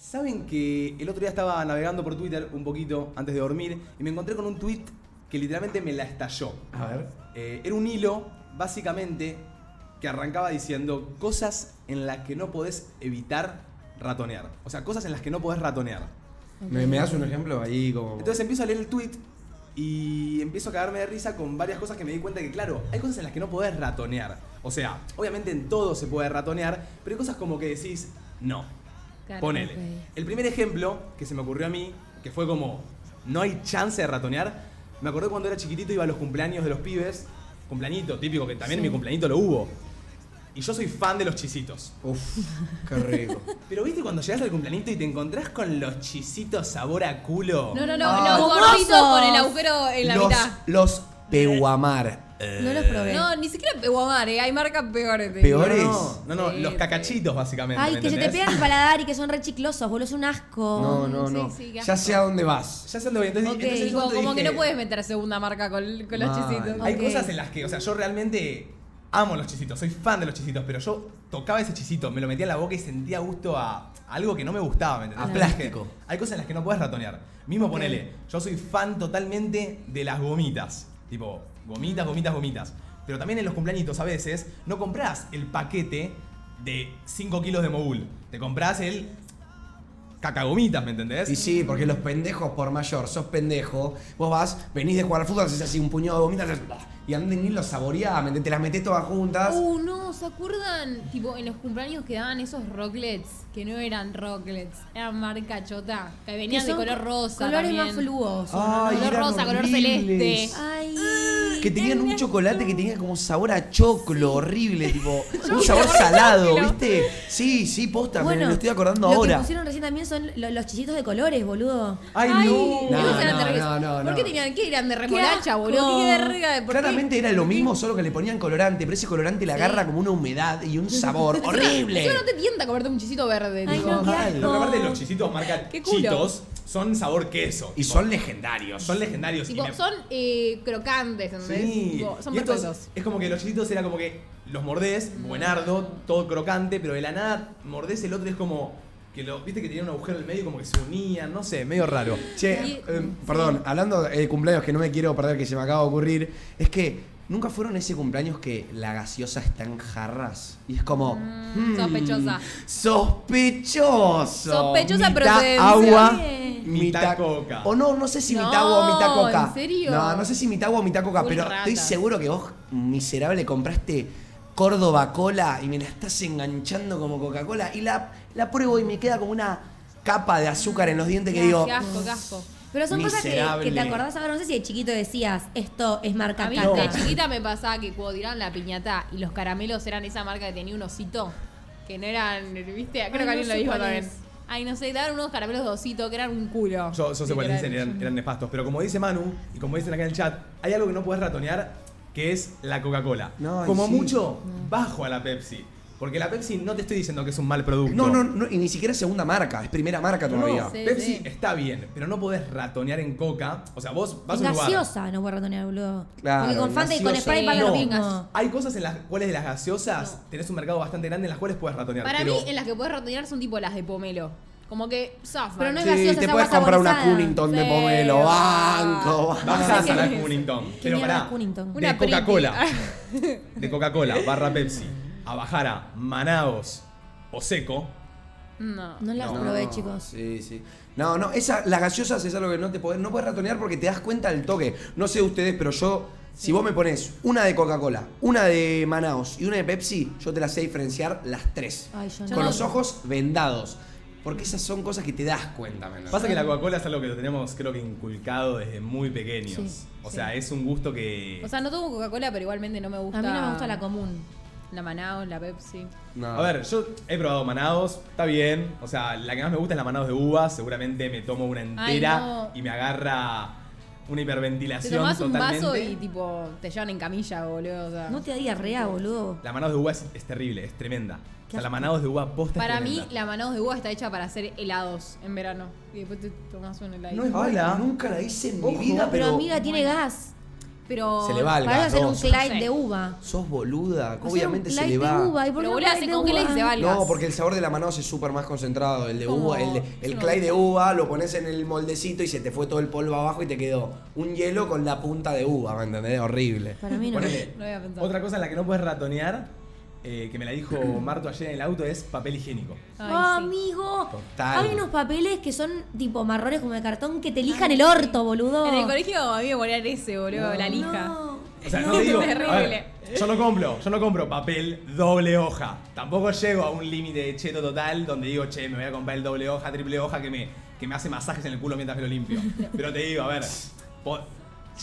Saben que el otro día estaba navegando por Twitter un poquito antes de dormir y me encontré con un tweet que literalmente me la estalló. A ver. Eh, era un hilo, básicamente, que arrancaba diciendo cosas en las que no podés evitar ratonear. O sea, cosas en las que no podés ratonear. ¿Me, me das un ejemplo ahí como. Entonces empiezo a leer el tweet y empiezo a cagarme de risa con varias cosas que me di cuenta que, claro, hay cosas en las que no podés ratonear. O sea, obviamente en todo se puede ratonear, pero hay cosas como que decís, no. Claro, Ponele. ok. El primer ejemplo que se me ocurrió a mí, que fue como, no hay chance de ratonear, me acordé cuando era chiquitito iba a los cumpleaños de los pibes, cumpleañito típico, que también Sí. en mi cumpleañito lo hubo. Y yo soy fan de los chisitos. Uf, qué rico. Pero viste cuando llegas al cumpleañito y te encontrás con los chisitos sabor a culo. No, no, no, Ah. los Gomosos. gorditos con el agujero en la los, mitad. los Pehuamar. No los probé. No, ni siquiera Peguamar, eh. hay marcas peores. te Peor- digo. Flores. No, no, no, Sí, los sí. cacachitos básicamente. Ay, ¿me que se te entendés? pegan el paladar y que son re chiclosos, boludo, es un asco. No, no, sí, no. sí, qué ya asco. sé a dónde vas. Ya sé dónde voy. Entonces, Ok, entonces en ese Digo, momento como que dije, no puedes meter segunda marca con, con los Mal. chisitos. Hay Ok. cosas en las que, o sea, yo realmente amo los chisitos, soy fan de los chisitos, pero yo tocaba ese chisito, me lo metía en la boca y sentía gusto a algo que no me gustaba, ¿me entendés? A Entonces, plástico. que Hay cosas en las que no puedes ratonear. Mismo ponele, yo soy fan totalmente de las gomitas. Tipo, gomitas, gomitas, gomitas. Pero también en los cumpleañitos a veces no compras el paquete de 5 kilos de mogul. Te compras el cacagomitas, ¿me entendés? Y sí, porque los pendejos por mayor, sos pendejo. Vos vas, venís de jugar al fútbol, haces así un puñado de gomitas haces, "Bah", y antes ni los saboreás, ¿me entendés? te las metés todas juntas. Uh, no, ¿se acuerdan? Tipo, en los cumpleaños que daban esos rocklets, que no eran rocklets, eran marca chota, que Que venían de son color rosa. Colores también. más fluos. Ay, color eran rosa, color horribles. celeste. Ay. Ah. Que tenían un chocolate que tenía como sabor a choclo, horrible, tipo, un sabor sabor a salado, choclo. ¿viste? Sí, sí, posta, me lo estoy acordando lo ahora. que pusieron recién también son lo- los chisitos de colores, boludo. ¡Ay, no! esos No, eran no, terribles. no, no, ¿Por qué no. tenían que eran de Qué remolacha, asco. boludo? ¿Qué verga de por qué? Claramente era lo mismo, solo que le ponían colorante, pero ese colorante le agarra como una humedad y un sabor horrible. Eso no te tienta comerte un chisito verde, Ay, digo. no, qué mal. asco. Porque aparte los chisitos marca Qué culo. chitos son sabor queso. Y tipo, son legendarios. son legendarios. y Tipo, me- son eh, crocantes, ¿entendés? Pues Sí. Tipo, son Y estos- perfectos. es como que los chisitos era como que los mordés, buenardo, todo crocante, pero de la nada mordés el otro y es como que lo viste que tenía un agujero en el medio y como que se unían, no sé, medio raro. Che, Y- eh, perdón, hablando de eh, cumpleaños que no me quiero perder, que se me acaba de ocurrir, es que nunca fueron ese cumpleaños que la gaseosa está en jarras. Y es como. Mm, mm, sospechosa. Sospechoso. Sospechosa mitad procedencia. Agua, Sí. Mitad coca. O no, no sé si mitad No, agua o mitad coca. ¿en serio? No, no sé si mitad agua o mitad coca, Full pero estoy ratas. seguro que vos, miserable, compraste Córdoba Cola y me la estás enganchando como Coca-Cola. Y la, la pruebo y me queda como una capa de azúcar en los dientes que Qué digo. asco, qué asco. Pero son cosas que- que, Miserable. te acordás ahora, no sé si de chiquito decías, esto es marca A mí caca. de chiquita me pasaba que cuando tiraban la piñata y los caramelos eran esa marca que tenía un osito, que no eran, ¿viste? Creo que no alguien lo sé dijo cuál también. es. Ay, no sé, daban unos caramelos de osito que eran un culo. Yo, yo sé cuáles dicen, eran, eran nefastos. Pero como dice Manu, y como dicen acá en el chat, hay algo que no puedes ratonear, que es la Coca-Cola. No, y como sí. mucho, Mm. bajo a la Pepsi. Porque la Pepsi no te estoy diciendo que es un mal producto. No, no, no, y ni siquiera es segunda marca, es primera marca No, todavía. sí. Pepsi está bien, pero no podés ratonear en coca. O sea, vos vas En a un lugar. gaseosa no puedo ratonear, boludo. Claro, Porque con Fanta y con gaseosa. Sprite pasa No. lo mismo. Hay cosas en las cuales de las gaseosas tenés un mercado bastante grande en las cuales puedes ratonear. Para pero mí, en las que puedes ratonear son tipo las de pomelo. Como que zafan. Pero no es Sí, gaseosa, te es puedes agua comprar una saborizada. Cunnington de Sí. pomelo, banco, banco. bajás a la Cunnington. Pero mierda pará, es Cunnington? de Una Coca-Cola. De Coca-Cola barra Pepsi. A bajar a Manaos o Seco. No. No las No. probé, chicos. Sí, sí. No, no, esa, las gaseosas es algo que no te podés, no podés ratonear porque te das cuenta del toque. No sé ustedes, pero yo, si vos me pones una de Coca-Cola, una de Manaus y una de Pepsi, yo te las sé diferenciar las tres. Ay, yo Con no. los ojos vendados. Porque esas son cosas que te das cuenta, ¿me entendés? Pasa que la Coca-Cola es algo que lo tenemos, creo que, inculcado desde muy pequeños. Sí, o sí. sea, es un gusto que. O sea, no tomo Coca-Cola, pero igualmente no me gusta. A mí no me gusta la común. La Manao, la Pepsi. No. A ver, yo he probado manados, está bien. O sea, la que más me gusta es la manados de uva. Seguramente me tomo una entera no. y me agarra una Te hiperventilación tomás un totalmente. vaso y tipo te llevan en camilla, boludo. O sea. No te da diarrea, boludo. La manados de uva es, es terrible, es tremenda. O Qué sea, la asco. manados de uva posta es Para mí, tremenda. la Manaos de uva está hecha para hacer helados en verano. Y después te tomas un helado. No es mala, nunca la hice en mi Ojo. vida, Pero pero. amiga, tiene gas. pero. Se le va el Para gas, hacer no. un claro. Clyde de uva. Sos boluda, Hacer un obviamente se Clyde le va. de uva. ¿Y Pero por qué un boluda, Clyde se de congela y uva? se va el gas. No, porque el sabor de la manaos es súper más concentrado. El de Como- uva, el, de- el no. clay de uva, lo pones en el moldecito y se te fue todo el polvo abajo y te quedó un hielo con la punta de uva, ¿me entendés? Horrible. Para mí no. Ponele. No había pensado. Otra cosa en la que no puedes ratonear, eh, que me la dijo Marto ayer en el auto, es papel higiénico. Ay, Ah, sí. amigo. Total. Hay unos papeles que son tipo marrones como de cartón que te lijan el orto, boludo. En el colegio a mí me ponían ese, boludo, la lija. No. O sea, no, No, te digo. terrible. a ver, yo no compro, yo no compro papel doble hoja. Tampoco llego a un límite de cheto total donde digo, che, me voy a comprar el doble hoja, triple hoja que me, que me hace masajes en el culo mientras me lo limpio. Pero te digo, a ver, po-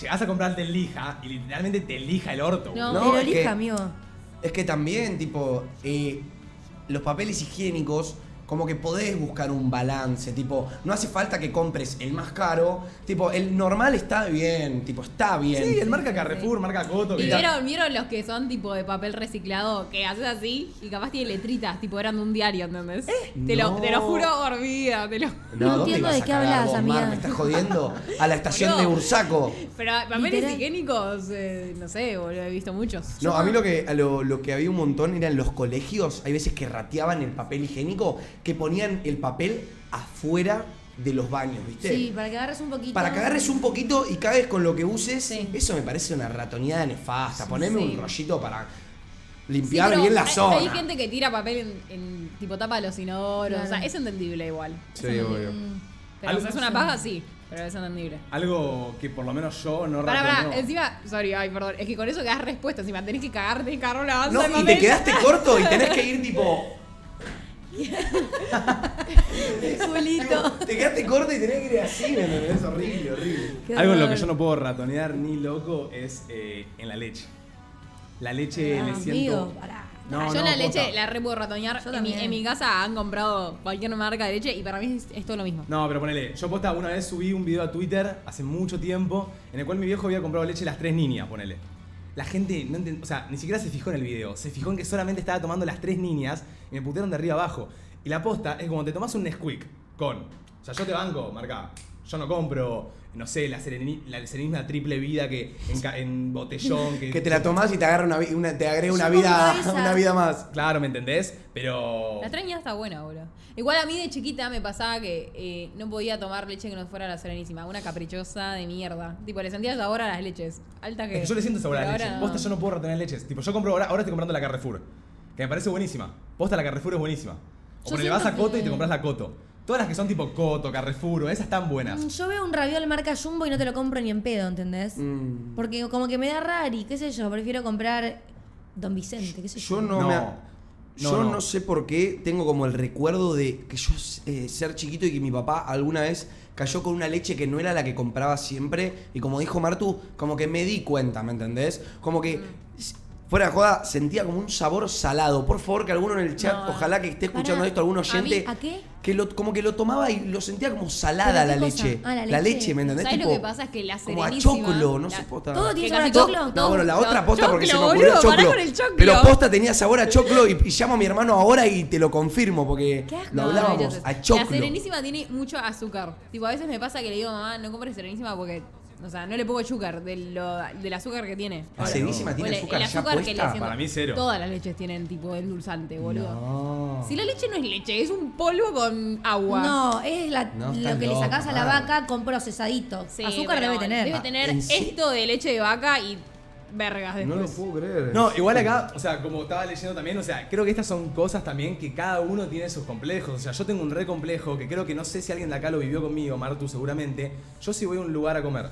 llegás a comprarte el lija y literalmente te lija el orto. No, No, te lo es que- lija, amigo. Es que también, tipo, eh, los papeles higiénicos, como que podés buscar un balance, tipo, no hace falta que compres el más caro, tipo, el normal está bien, tipo, está bien. Sí, el marca Carrefour, marca Coto. que- ¿Y vieron, vieron los que son tipo de papel reciclado que haces así y capaz tiene letritas, tipo eran de un diario, ¿entendés? Eh, Te, lo, No. te lo juro por vida, te lo No ¿dónde entiendo ibas de a qué cagar hablas, vos, Mar? amiga. ¿Me estás jodiendo? A la estación de Boludo. Bursaco. Pero papeles Literal. higiénicos, eh, no sé, boludo, he visto muchos. No, a mí lo que, a lo, lo que había un montón eran los colegios. Hay veces que rateaban el papel higiénico, que ponían el papel afuera de los baños, ¿viste? Sí, para que agarres un poquito. Para que agarres un poquito y cagues con lo que uses. Sí. Eso me parece una ratoneada nefasta. Poneme sí. un rollito para Sí, limpiar pero bien la hay, zona. Hay gente que tira papel en, en tipo tapa de los inodoros, Claro. o sea, es entendible igual. Mm. Sí, obvio. Pero Algo- si es una paja, sí, pero es entendible. Algo que por lo menos yo no Pará, ratoneo. pará, encima, sorry, ay, perdón, es que con eso quedás respuesta, encima tenés que cagar, tenés que cagar una No, balanza de y te papel. quedaste corto y tenés que ir tipo. Julito. Te quedaste corto y tenés que ir así, ¿me entendés? Es horrible, horrible. Qué Algo en lo que horror. yo no puedo ratonear ni loco es eh, en la leche. La leche Ah, le siento. Amigo, pará. No, Ah, yo no, la posta. leche la re puedo ratonear. Yo En mi, también. en mi casa han comprado cualquier marca de leche y para mí es, es todo lo mismo. No, pero ponele, yo posta una vez subí un video a Twitter hace mucho tiempo en el cual mi viejo había comprado leche a las tres niñas, ponele. La gente no enten- o sea, ni siquiera se fijó en el video, se fijó en que solamente estaba tomando las tres niñas y me putearon de arriba abajo. Y la posta es como te tomas un Nesquik con, o sea, yo te banco, marca. Yo no compro, no sé, la, sereni- la serenisma triple vida que en, ca- en botellón que, Que te la tomás y te agarra una, vi- una- te agrega Yo una compro vida, esa. una vida más. Claro, ¿me entendés? Pero La traña está buena, boludo. Igual a mí de chiquita me pasaba que eh, no podía tomar leche que no fuera la serenísima. Una caprichosa de mierda. Tipo, le sentía sabor a las leches. Alta que. Es que yo le siento sabor a la pero leche. ahora no. Posta, yo no puedo retener leches. Tipo, yo compro ahora, ahora estoy comprando la Carrefour. Que me parece buenísima. Posta, la Carrefour es buenísima. O Yo le vas a siento Coto y que- te compras la Coto. Todas las que son tipo Coto, Carrefour, esas están buenas. Mm, Yo veo un raviol marca Jumbo y no te lo compro ni en pedo, ¿entendés? Mm. Porque como que me da rari, qué sé yo, prefiero comprar Don Vicente, qué sé yo. Yo no, No. me. No, yo no. no. sé por qué tengo como el recuerdo de que yo eh, ser chiquito y que mi papá alguna vez cayó con una leche que no era la que compraba siempre. Y como dijo Martu, como que me di cuenta, ¿me entendés? Como que. Mm. s- Fuera de joda, sentía como un sabor salado. Por favor, que alguno en el chat, No. ojalá que esté escuchando Pará, esto, algún ¿a oyente. mí- a qué? Que lo, como que lo tomaba y lo sentía como salada ¿Pero la qué cosa? leche. Ah, la leche. leche, ¿me entendés? ¿Sabes lo Tipo, que pasa? Es que la Como a serenísima- choclo, no la- sé, posta. Todo tiene Que sabor a casi choclo. todo- No, todo- bueno, la otra posta porque se me Choclo, ocurrió el boludo, pará choclo. con el choclo. Pero posta tenía sabor a choclo y, y llamo a mi hermano ahora y te lo confirmo porque Qué asco. lo No, hablábamos. entonces, A La choclo. serenísima tiene mucho azúcar. Tipo, a veces me pasa que le digo, mamá, no compres serenísima porque, o sea, no le pongo azúcar de lo- del azúcar que tiene. La serenísima Ah, tiene Ponele, azúcar, ya el azúcar que le puesta. siento- Para mí, cero. Todas las leches tienen tipo endulzante, boludo. No. Si la leche no es leche, es un polvo con agua. No, es la- No, estás lo que le loca, Ah, sacás a la Mar. vaca con procesadito. Sí, Azúcar pero debe tener. Debe tener En sí- esto de leche de vaca y vergas después. creer. No, igual acá, o sea, como estaba leyendo también, o sea, creo que estas son cosas también que cada uno tiene sus complejos. O sea, yo tengo un re complejo que creo que no sé si alguien de acá lo vivió conmigo, Martu, seguramente. Yo si voy a un lugar a comer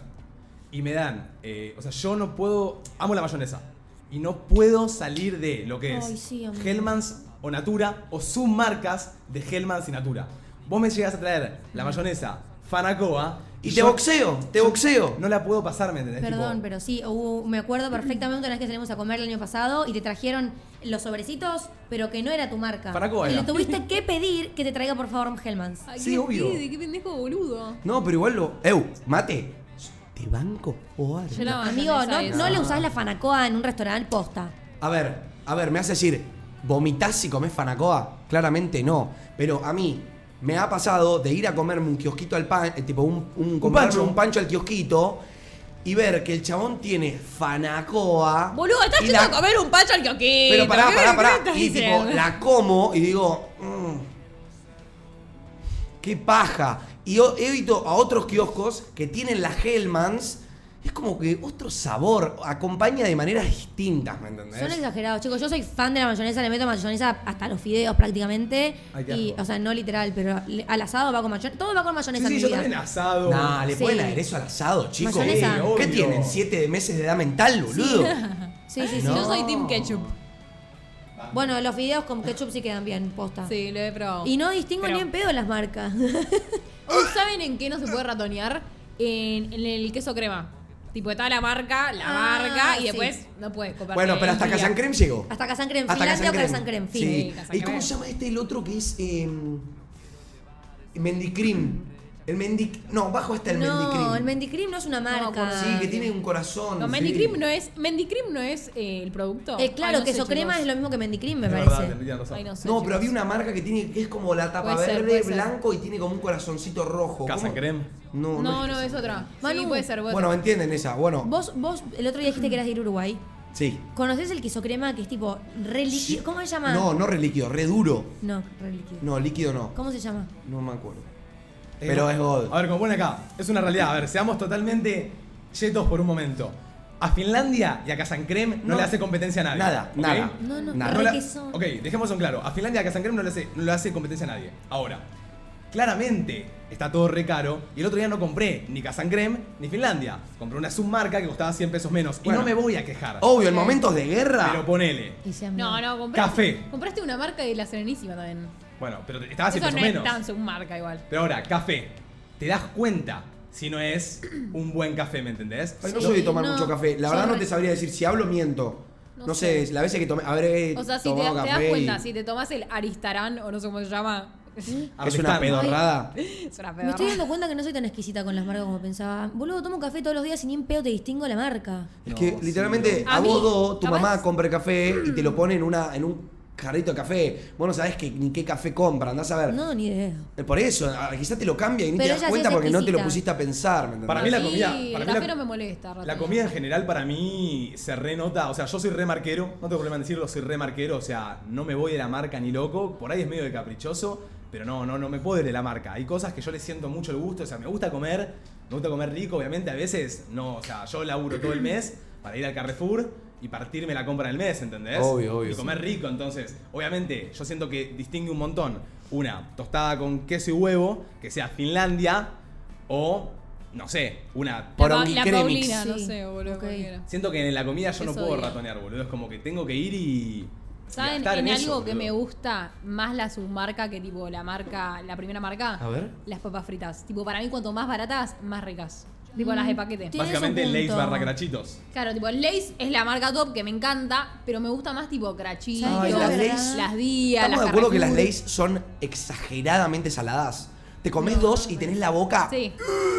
y me dan, eh, o sea, yo no puedo, amo la mayonesa. Y no puedo salir de lo que Ay, es sí, amigo. Hellmans o Natura o sus marcas de Hellmans y Natura. Vos me llegas a traer la mayonesa Fanacoa Y te yo boxeo, te boxeo. No la puedo pasar, ¿me entendés? Perdón, Tipo, pero sí, hubo- me acuerdo perfectamente una vez que salimos a comer el año pasado y te trajeron los sobrecitos, pero que no era tu marca. Para Cuba y le era. tuviste que pedir que te traiga por favor Hellmans. Ay, Sí, qué- obvio. qué- qué pendejo boludo. No, pero igual lo. Eu, mate. Te banco o Yo la- Amigo, mayonesa no, esa. no le usás la fanacoa en un restaurante posta. A ver, a ver, me hace decir, ¿vomitás si comés fanacoa? Claramente no. Pero a mí me ha pasado de ir a comerme un kiosquito al pan, eh, tipo un, un, comprarme pancho. un pancho al kiosquito. y ver que el chabón tiene fanacoa. Boludo, estás y yendo la- a comer un pacho al kiosquito. Pero pará, ¿qué pará, me pará. estás Y tipo, diciendo? la como y digo. "Mm, ¡Qué paja! Y yo evito a otros kioscos que tienen las Hellmans. Es como que otro sabor. Acompaña de maneras distintas, ¿me entendés? Son exagerados, chicos. Yo soy fan de la mayonesa, le meto mayonesa hasta los fideos prácticamente. Ay, qué y, asco. o sea, no literal, pero le- al asado va con mayonesa. Todo va con Sí, mayonesa. sí, en mi yo vida. también asado. Nah, le Sí. pueden agregar eso al asado, chicos. Mayonesa. Sí, obvio. ¿Qué tienen? ¿Siete meses de edad mental, boludo? Sí, sí, sí. No. Yo soy Team Ketchup. Bueno, los fideos con ketchup sí quedan bien, Ah. posta. Sí, lo he probado. Y no distingo Pero- ni en pedo las marcas. Ah. ¿Saben en qué no se puede ratonear? En, en el queso crema. Tipo, está la marca, la Ah, marca, y sí. después no puedes comprar. Bueno, pero hasta Kazan Creme llegó. Hasta Kazan Creme, Hasta Finlandia o Kazan Kazan Creme, fin. Sí. Sí, Kazan ¿Y cómo Creme. se llama este el otro que es eh, Mendicrim? El Mendic... No, bajo está el Mendicrim. no, el Mendicrim no es una marca. pues Sí, que tiene un corazón. No, sí. Mendicrim no es. Mendicrim no es eh, el producto. Eh, claro, Ay, no queso sé, crema chicos. es lo mismo que Mendicrim, me Es parece. verdad, tendrían razón. Ay, no sé, No, chicos. pero había una marca que tiene que es como la tapa Puede ser, verde, puede ser. blanco y tiene como un corazoncito rojo. ¿Cómo? Casa creme. No, es No, no, Kazan es otra. Manu. Sí, puede ser. puede Bueno, ser. entienden esa. Bueno, Vos, vos el otro día dijiste que eras de ir a Uruguay. sí. ¿Conocés el queso crema que es tipo re líquido? ¿Cómo se llama? No, no re líquido, re duro. No, re líquido. No, líquido no. ¿Cómo se llama? No me acuerdo. Pero es God. A ver, como pone acá, es una realidad. A ver, seamos totalmente chetos por un momento. A Finlandia y a Kazankrem no, No. le hace competencia a nadie. Nada, ¿ok? nada. No, no, Nada. re la- queso. Ok, dejemos en claro. A Finlandia y a Kazankrem no le hace, no le hace competencia a nadie. Ahora, claramente está todo re caro y el otro día no compré ni Kazankrem ni Finlandia. Compré una submarca que costaba 100 pesos menos y Bueno. no me voy a quejar. Obvio, en momentos de guerra. Pero ponele. Y se llama- No, no, compraste. Café. Compraste una marca de la Serenísima también. Bueno, pero Ah, estaba 100 Eso no pesos es menos. tan submarca igual. Pero ahora, café. Te das cuenta si no es un buen café, ¿me entendés? Ay, no Sí, soy de tomar no, mucho café. La yo verdad no re- te sabría decir. Si hablo, miento. No, No sé, sé. la vez que tomé. Habré O sea, si te, tomado te das café. cuenta, y- si te tomas el Aristarán o no sé cómo se llama, Es una Artesano. pedorrada. es una Me peor. estoy dando cuenta que no soy tan exquisita con las marcas como pensaba. Boludo, tomo café todos los días y ni en pedo te distingo la marca. Es No, que sí, literalmente no. a A mí, vos dos, tu capaz- mamá compra el café y te lo pone en, una, en un jarrito de café. Vos no sabés que, ni qué café compra, andás a ver. No, ni idea. Eh, Por eso, ah, quizás te lo cambia y ni Pero te ella das sí cuenta es porque no te lo exquisita. pusiste a pensar. ¿me entendés? Para mí la Sí, comida- para el mí la- café no me molesta. La ratonear. comida en general para mí se renota, o sea, yo soy re marquero, no tengo problema en decirlo, soy re marquero, o sea, no me voy de la marca ni loco, por ahí es medio de caprichoso, pero no, no, no me puedo ir de la marca. Hay cosas que yo le siento mucho el gusto, o sea, me gusta comer, me gusta comer rico, obviamente, a veces no, o sea, yo laburo todo el mes para ir al Carrefour y partirme la compra del mes, ¿entendés? Obvio, obvio, Y comer rico, entonces, obviamente, yo siento que distingue un montón una tostada con queso y huevo, que sea Finlandia, o, no sé, una La, pa- la Poronguicremix. Paulina, no Sí, sé, boludo. ok. cualquiera. Siento que en la comida yo no Eso puedo digo. ratonear, boludo. Es como que tengo que ir y. y ¿Saben gastar en, algo eso, que boludo. me gusta más la submarca que tipo la marca, la primera marca? A ver. Las papas fritas. Tipo, para mí cuanto más baratas, más ricas. Tipo Mm. las de paquete. Tiene Básicamente su Lays punto. barra crachitos. Claro, tipo, Lays es la marca top que me encanta, pero me gusta más tipo crachitos, Ay, las las Lay's- Días, las Día, Estamos las de acuerdo que las Carrefour. leyes son exageradamente saladas. Te comes dos y tenés la boca. Sí.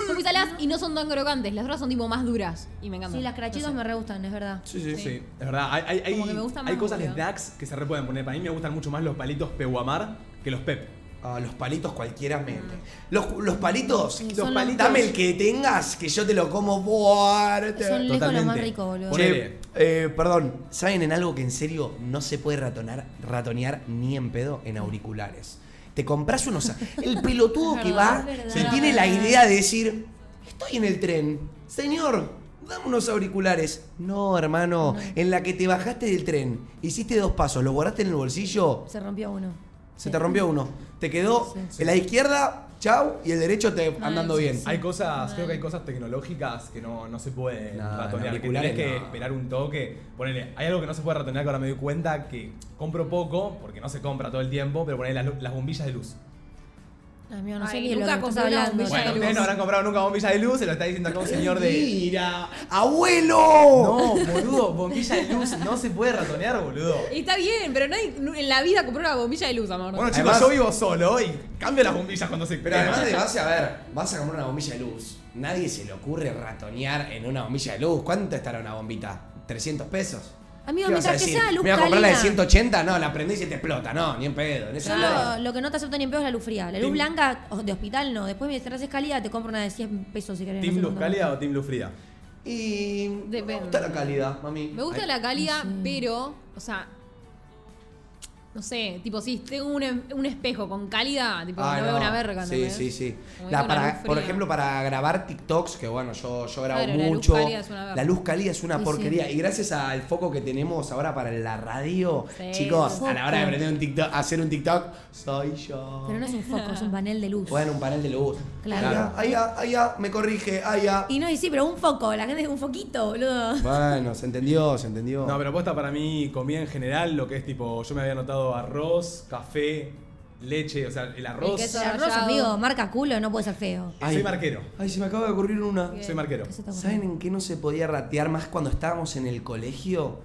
Son muy saladas y no son tan crocantes. Las otras son tipo más duras y me encantan. Sí, las crachitos me re gustan, es verdad. Sí, sí, Sí, es verdad. Hay, hay, hay, Como que me gustan hay más, cosas de boludo. snacks que se re pueden poner. Para mí me gustan mucho más los palitos peguamar que los pep. Ah, los palitos cualquiera mente. Los, los palitos. Sí, los son palitos- Dame el que tengas, que yo te lo como fuerte. Son lejos los más Totalmente. ricos, boludo. Por- Che, eh, perdón, ¿saben en algo que en serio no se puede ratonar, ratonear ni en pedo? En auriculares. Te compras unos. El pelotudo Es que verdad, va es verdad. se tiene la idea de decir: Estoy en el tren, señor, dame unos auriculares. No, hermano, en la que te bajaste del tren, hiciste dos pasos, lo guardaste en el bolsillo, Se rompió uno. se te rompió uno. Te quedó en la izquierda, chau, y el derecho te andando Ah, sí, bien. Hay cosas, creo que hay cosas tecnológicas que no, no se puede No, en ratonear. Que auriculares tenés que no. esperar un toque. Ponele, hay algo que no se puede ratonear que ahora me doy cuenta que compro poco, porque no se compra todo el tiempo, pero ponele las, lu- las bombillas de luz. Ay, mío, no sé Ay, ni de lo que nunca estás compré una hablando. bombilla Bueno, de ustedes luz. no habrán comprado nunca bombillas de luz, se lo está diciendo acá un señor de. ¡Mira! ¡Abuelo! No, boludo, bombilla de luz no se puede ratonear, boludo. Está bien, pero no hay, no- en la vida compró una bombilla de luz, amor. Bueno, chicos, Además- yo vivo solo y cambio las bombillas cuando se Pero además de base, a ver, vas a comprar una bombilla de luz. Nadie se le ocurre ratonear en una bombilla de luz. ¿Cuánto estará una bombita? ¿300 pesos? Amigo, ¿Qué vas a mientras que decir? sea luz ¿Me voy a comprar la de cálida. 180? No, la prendés y te explota. No, ni en pedo. En esa Yo no. lo, lo que no te acepto ni en pedo es la luz fría. La luz Tim- blanca o de hospital no. Después, mientras es cálida, te compro una de 100 pesos si querés. ¿Team no sé luz cuánto. cálida o team luz fría? Y. Depende. Me gusta la calidad, mami. Me gusta Ay, la calidad, pero, o sea, no sé, tipo, si tengo un, em- un espejo con calidad, tipo, Ah, no, veo una verga. Sí, ¿entendés? sí, sí. Como La digo, una para- luz por fría. ejemplo, para grabar TikToks, que bueno, yo, yo grabo Claro, la luz mucho. cálida es una verga. La luz cálida es una Sí, sí. porquería. Y gracias al foco que tenemos ahora para la radio, Sí, chicos, a la hora de foco. aprender un TikTok, hacer un TikTok, soy yo. Pero no es un foco, es un panel de luz. Bueno, un panel de luz. Claro. Ahí, ya, ahí, ya, me corrige, ahí, ya. Y no, y sí, pero un foco, la gente un foquito, boludo. Bueno, se entendió, se entendió. No, pero posta para mí comida en general, lo que es tipo, yo me había anotado arroz, café, leche, o sea, el arroz. queso. El arroz, Rallado. amigo, marca culo, no puede ser feo. Soy marquero. Ay, se me acaba de ocurrir una. Soy marquero. ¿Qué se te ocurre? ¿Saben en qué no se podía ratear más cuando estábamos en el colegio?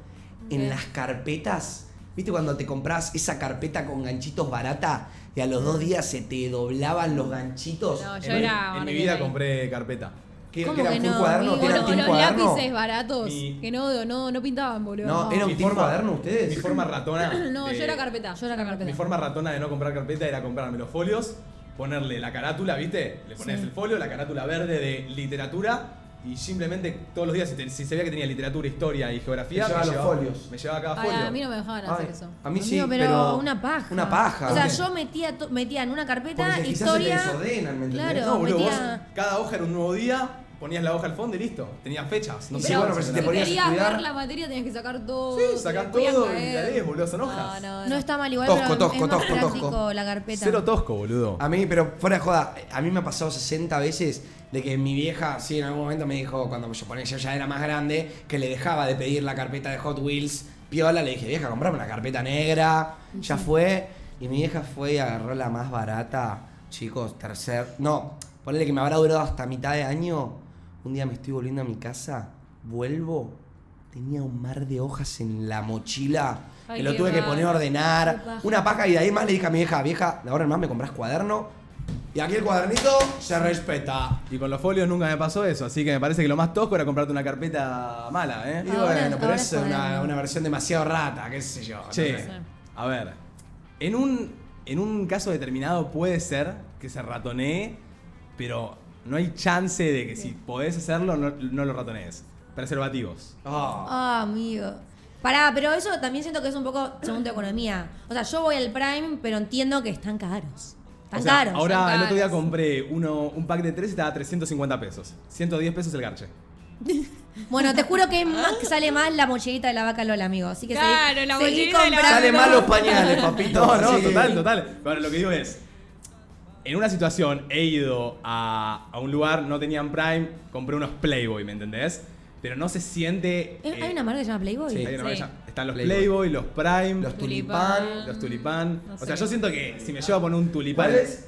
En las carpetas. ¿Viste cuando te compras esa carpeta con ganchitos barata y a los dos días se te doblaban los ganchitos? No, yo en mi- era en mi marquero vida ahí. compré carpeta. ¿Qué- ¿Cómo que que eran full no, cuaderno? amigo? ¿Que eran Bueno, team los cuaderno? lápices baratos Mi- que no, no, no pintaban, boludo. No, era Eh, un Mi team forma- cuaderno ustedes. Mi forma ratona. No, de- yo era carpeta. Yo era carpeta. Mi forma ratona de no comprar carpeta era comprarme los folios, ponerle la carátula, ¿viste? Le pones el folio, la carátula verde de literatura y simplemente todos los días, si, te- si se veía que tenía literatura, historia y geografía, Te llevaba los folios. me llevaba cada Ay, folio. a mí no me dejaban hacer Ay, eso. a mí sí, Amigo, pero, una paja. Una paja. O sea, ¿Por qué? yo metía, to- metía en una carpeta Porque quizás historia. se te desordenan, ¿me entendés? Claro. No, boludo, vos, metía- cada hoja era un nuevo día, ponías la hoja al fondo y listo. Tenías fechas. No Y sé sí, cómo bueno, pero si te funcionaba. ponías a querías estudiar- ver la materia tenías que sacar todo. Sí, te sacás podías todo y caer. la lees, boludo, son hojas. ¿eh? No, no, No no. está mal igual, Tosco, pero tosco, es más tosco, tosco. práctico la carpeta. Cero tosco, boludo. A mí, pero fuera de joda, a mí me ha pasado 60 veces de que mi vieja, sí, en algún momento me dijo, cuando yo ponía, yo ya era más grande, que le dejaba de pedir la carpeta de Hot Wheels piola. Le dije, vieja, comprame una carpeta negra. Ya fue. Y mi vieja fue y agarró la más barata. Chicos, tercer. No, ponele que me habrá durado hasta mitad de año. Un día me estoy volviendo a mi casa, vuelvo. Tenía un mar de hojas en la mochila. Ay, que lo qué tuve que mal. poner a ordenar. Qué paja. Una paja y de ahí más le dije a mi vieja, vieja, de ahora en más me compras cuaderno. Y aquí el cuadernito se respeta. Y con los folios nunca me pasó eso, así que me parece que lo más tosco era comprarte una carpeta mala, Y ¿eh? Ahora- bueno, pero ahora eso es es una, cuaderno. una versión demasiado rata, qué sé yo. no Che, sé. a ver, en un, en un caso determinado puede ser que se ratonee, pero no hay chance de que si podés hacerlo, no, no lo ratonees. Preservativos. Oh. Ah, amigo. Pará, pero eso también siento que es un poco según tu economía. O sea, yo voy al Prime, pero entiendo que están caros. Están O sea, caros. ahora están el otro día caros. compré uno, un pack de tres y estaba 350 pesos. 110 pesos el garche. Bueno, te juro que es más que sale más la mochilita de la vaca Lola, amigo. Así que Claro, seguí- la seguí mochilita de la comprando. Sale mal los pañales, papito. No, no, sí. total, total. Bueno, lo que digo es, en una situación he ido a, a un lugar, no tenían Prime, compré unos Playboy, ¿me entendés? Pero no se siente... ¿Eh, eh, ¿Hay una marca que se llama Playboy? Sí. hay una marca Sí. ya- Están los Playboy. Playboy, los Prime, Los los, tulipán. tulipán. tulipán. No o sé sea, qué. yo siento que si me llevo a poner un tulipán... ¿Cuál es?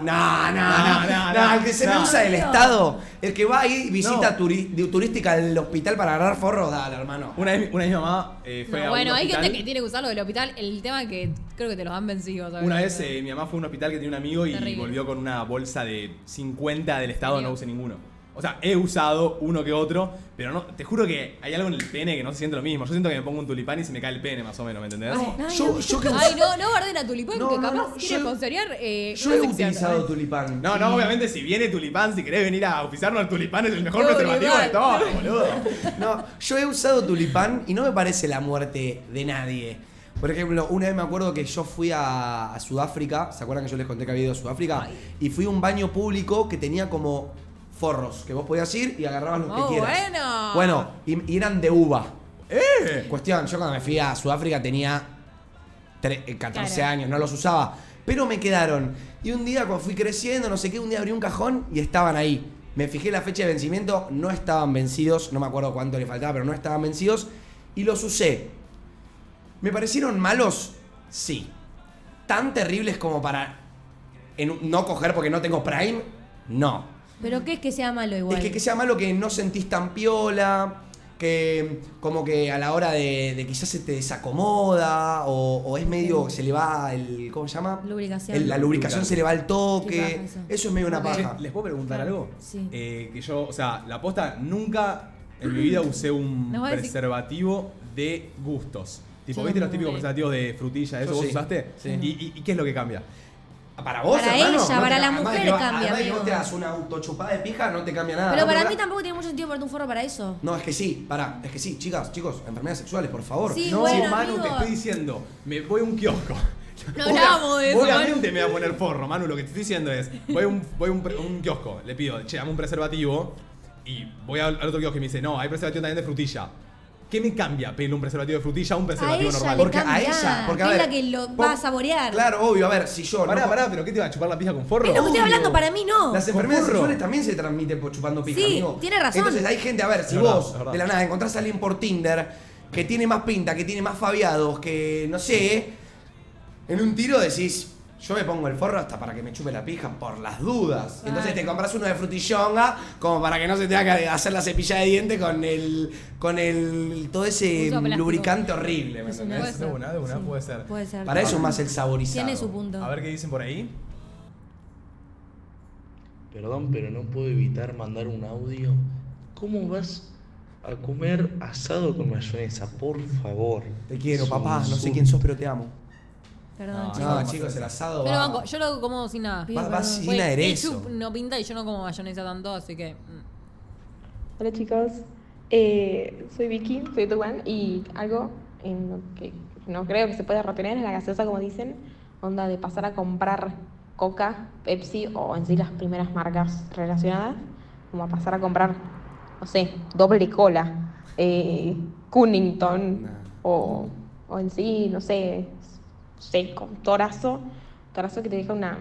No, no, no, No, no, no, el que se no. me usa del Estado, el que va ahí visita No. turi- de- turística al hospital para agarrar forros, dale, hermano. Una vez, una vez mi mamá eh, fue No, a bueno, un hay hospital. gente que tiene que usarlo del hospital. El tema es que creo que te los han vencido. ¿sabes? Una vez eh, mi mamá fue a un hospital que tenía un amigo y Terrible. volvió con una bolsa de 50 del estado, Terrible. no usé ninguno. O sea, he usado uno que otro, pero no, te juro que hay algo en el pene que no se siente lo mismo. Yo siento que me pongo un tulipán y se me cae el pene, más o menos, ¿me entendés? Ay, Ay, Yo, yo que- Ay, no, no guarden a Tulipán, No, que no, capaz no, quiere yo- sponsorear. Eh, yo una he sección. utilizado tulipán. No, no, obviamente si viene tulipán, si querés venir a oficiarnos el tulipán, es el mejor No, preservativo de Tulipán. todo, boludo. No, yo he usado tulipán y no me parece la muerte de nadie. Por ejemplo, una vez me acuerdo que yo fui a, a Sudáfrica, ¿se acuerdan que yo les conté que había ido a Sudáfrica? Y fui a un baño público que tenía como forros, que vos podías ir y agarrabas los que Oh, quieras. bueno. Bueno, y, y eran de uva. Cuestión, yo cuando me fui a Sudáfrica tenía tre- eh, 14 Claro. años, no los usaba. Pero me quedaron. Y un día, cuando fui creciendo, no sé qué, un día abrí un cajón y estaban ahí. Me fijé la fecha de vencimiento, no estaban vencidos, no me acuerdo cuánto le faltaba, pero no estaban vencidos. Y los usé. ¿Me parecieron malos? Sí. ¿Tan terribles como para en un- no coger porque no tengo Prime? No. Pero ¿qué es que sea malo igual? Es que, que sea malo que no sentís tan piola, que como que a la hora de, de quizás se te desacomoda o, o es medio que se le va el. ¿Cómo se llama? Lubricación. El- la lubricación se le va al Qué toque. paja eso. Eso es medio una Che, paja. ¿Les puedo preguntar algo? Sí. Eh, que yo, o sea, la posta nunca en mi vida usé un Nos va a decir- preservativo de gustos. Tipo, Yo ¿viste los tampoco. típicos preservativos de frutilla? ¿Eso Yo vos sí. usaste? Sí. ¿Y, y- y qué es lo que cambia? Para vos, Para hermano, ella, te para ca- la además mujer que no- cambia, Además de que vos amigo. te hagas una autochupada de pija, no te cambia nada. Pero No te para da- mí tampoco tiene mucho sentido ponerte un forro para eso. No, es que sí, pará, es que sí, chicas, chicos, enfermedades sexuales, por favor. Sí, No, bueno, Manu, amigo. te estoy diciendo, me voy a un kiosco. No Obvia- hablábamos de eso, Obviamente me voy a poner forro, Manu. Lo que te estoy diciendo es, voy a un, voy a un, pre- un kiosco, le pido, che, dame un preservativo. Y voy al, al otro kiosco y me dice, no, hay preservativo también de frutilla. ¿Qué me cambia pedirle un preservativo de frutilla a un preservativo ella normal? le Porque a cambia, ella, porque a que es ver. la que lo por- va a saborear. Claro, obvio, a ver, si yo. Pará, no, pará, pero ¿qué te va a chupar la pija con forro? Es lo que estoy Obvio. hablando, para mí no. Las enfermedades Concurro. sexuales también se transmiten por chupando pija, Sí, amigo. tiene razón. Entonces hay gente, a ver, si Es verdad, vos es verdad. de la nada encontrás a alguien por Tinder que tiene más pinta, que tiene más fabiados, que no sé, en un tiro decís, yo me pongo el forro hasta para que me chupe la pija por las dudas. Entonces te compras uno de frutillonga como para que no se tenga que hacer la cepilla de diente con el con el todo ese Uso plástico. lubricante horrible, ¿me Es una De entendés? Puede ser. una, de una, puede ser. Puede ser. Para eso es más el saborizado. Tiene su punto. A ver qué dicen por ahí. Perdón, pero no puedo evitar mandar un audio. ¿Cómo vas a comer asado con mayonesa? Por favor. Te quiero, Es un papá, no sé insulto. quién sos, pero te amo. Perdón, No, chicos. No, chicos, el asado Pero va- banco, yo lo como sin nada. Pido va- va perdón. sin Bueno, aderezo. ketchup no pinta y yo no como mayonesa tanto, así que. mm. Hola chicos, Eh, soy Vicky, soy Tucumán y algo en lo que no creo que se pueda retener es la gaseosa como dicen, onda de pasar a comprar Coca, Pepsi o en sí las primeras marcas relacionadas, como a pasar a comprar, no sé, doble cola, eh, Cunnington Nah. o, o en sí, no sé, seco, torazo, torazo que te deja una,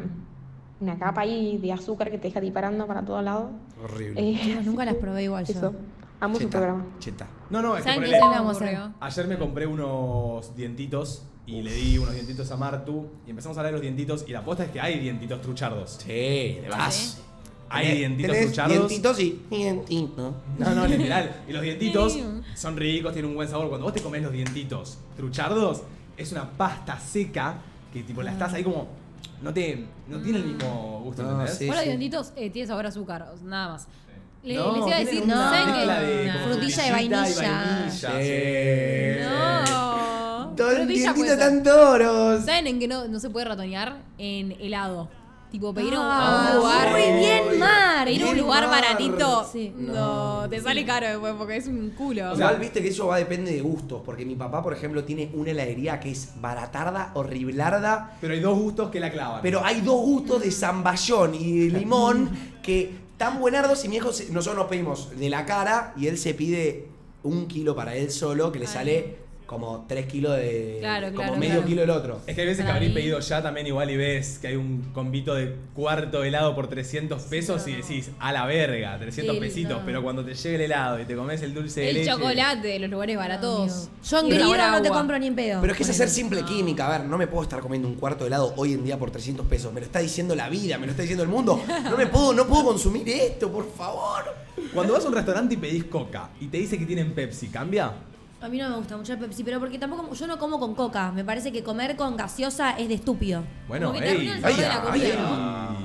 una capa ahí de azúcar que te deja disparando para todos lados. Horrible. Eh, Chicos, nunca las probé igual yo. eso. Amo su Cheta, programa. Cheta. No, no, es que ¿Saben qué ponele, se me Vamos a ver. ocurrió? Ayer me compré unos dientitos y le di unos dientitos a Martu y empezamos a hablar de los dientitos y la aposta es que hay dientitos truchardos. Sí, le vas. Hay Tenés- dientitos tenés truchardos. Dientitos y dientitos. No, no, literal. Y los dientitos Ay. son ricos, tienen un buen sabor. Cuando vos te comés los dientitos truchardos, es una pasta seca que tipo la estás ahí como. No te. No tiene el mismo gusto, No, ¿entendés? sí. Vos los dientitos eh, tiene sabor a azúcar, nada más. Le- No, les iba a tienen decir, una ¿saben qué? Ah, mezcla de No. como Frutilla y frutillita vainilla. sí. No. Todo el Frutilla dientito puede ser. tan toros. ¿Saben en qué no, no se puede ratonear? En helado. Tipo, pedir a un- Ah, a un lugar. eh, muy bien, Mar. Pedir a un Bien, lugar Mar. baratito. Sí. No, te sale caro después porque es un culo. O sea, Igual viste que eso va depende de gustos, porque mi papá, por ejemplo, tiene una heladería que es baratarda, horriblarda, Pero hay dos gustos que la clavan. pero hay dos gustos de zamballón y de limón que tan buenardos y mi viejo, se- nosotros nos pedimos de la cara y él se pide un kilo para él solo, que le Ay. sale como tres kilos de... Claro, como claro, medio claro. kilo el otro. Es que hay veces que Para habréis mí- pedido ya también igual y ves que hay un convito de cuarto de helado por 300 pesos y decís, a la verga, 300 Sí, pesitos, no. pero cuando te llega el helado y te comes el dulce de el leche... chocolate de los lugares baratos. Yo en Y sabor Grilo a no te agua. compro ni en pedo. Pero es que es Ponele. hacer simple química. A ver, no me puedo estar comiendo un cuarto de helado hoy en día por 300 pesos. Me lo está diciendo la vida, me lo está diciendo el mundo. No me puedo, no puedo consumir esto, por favor. Cuando vas a un restaurante y pedís coca y te dice que tienen Pepsi, ¿cambia? A mí no me gusta mucho el Pepsi, pero porque tampoco yo no como con coca. Me parece que comer con gaseosa es de estúpido. Bueno, Como que te ey, arruina el sabor Ay, de ay, la ya, ay, ay, comida,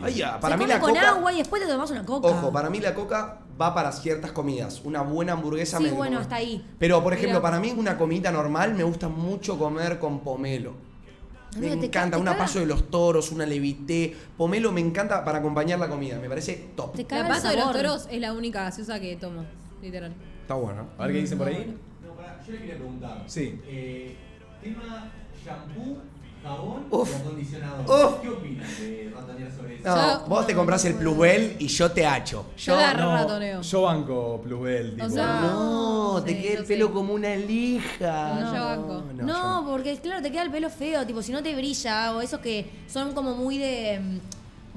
ya. Ay, ya. Para Se mí come la con coca. agua y después te tomás una coca. Ojo, para mí la coca va para ciertas comidas. Una buena hamburguesa Sí, me ¿eh? bueno, hasta ahí. Pero, por ejemplo, Mira. para mí una comidita normal me gusta mucho comer con pomelo. Me Amigo, te ca- encanta, te una caga. paso de los toros, una levité. Pomelo me encanta para acompañar la comida, me parece top. Te La caga el paso de los sabor. toros es la única gaseosa que tomo, literal. Está bueno. A ver qué dicen por ahí. No, pará, yo le quería preguntar. Sí. Eh, tema shampoo, jabón Uf. y acondicionador. Uf. ¿Qué opinas de ratonear sobre eso? No, Yo- vos te compras el Plubel y yo te hacho. Yo la ratoneo. yo banco Plusbel, tipo. sea, No, te Sí, queda el yo pelo sí. como una lija. No, yo banco. no, yo No, porque claro, te queda el pelo feo, tipo, si no te brilla, o esos que son como muy de. mm,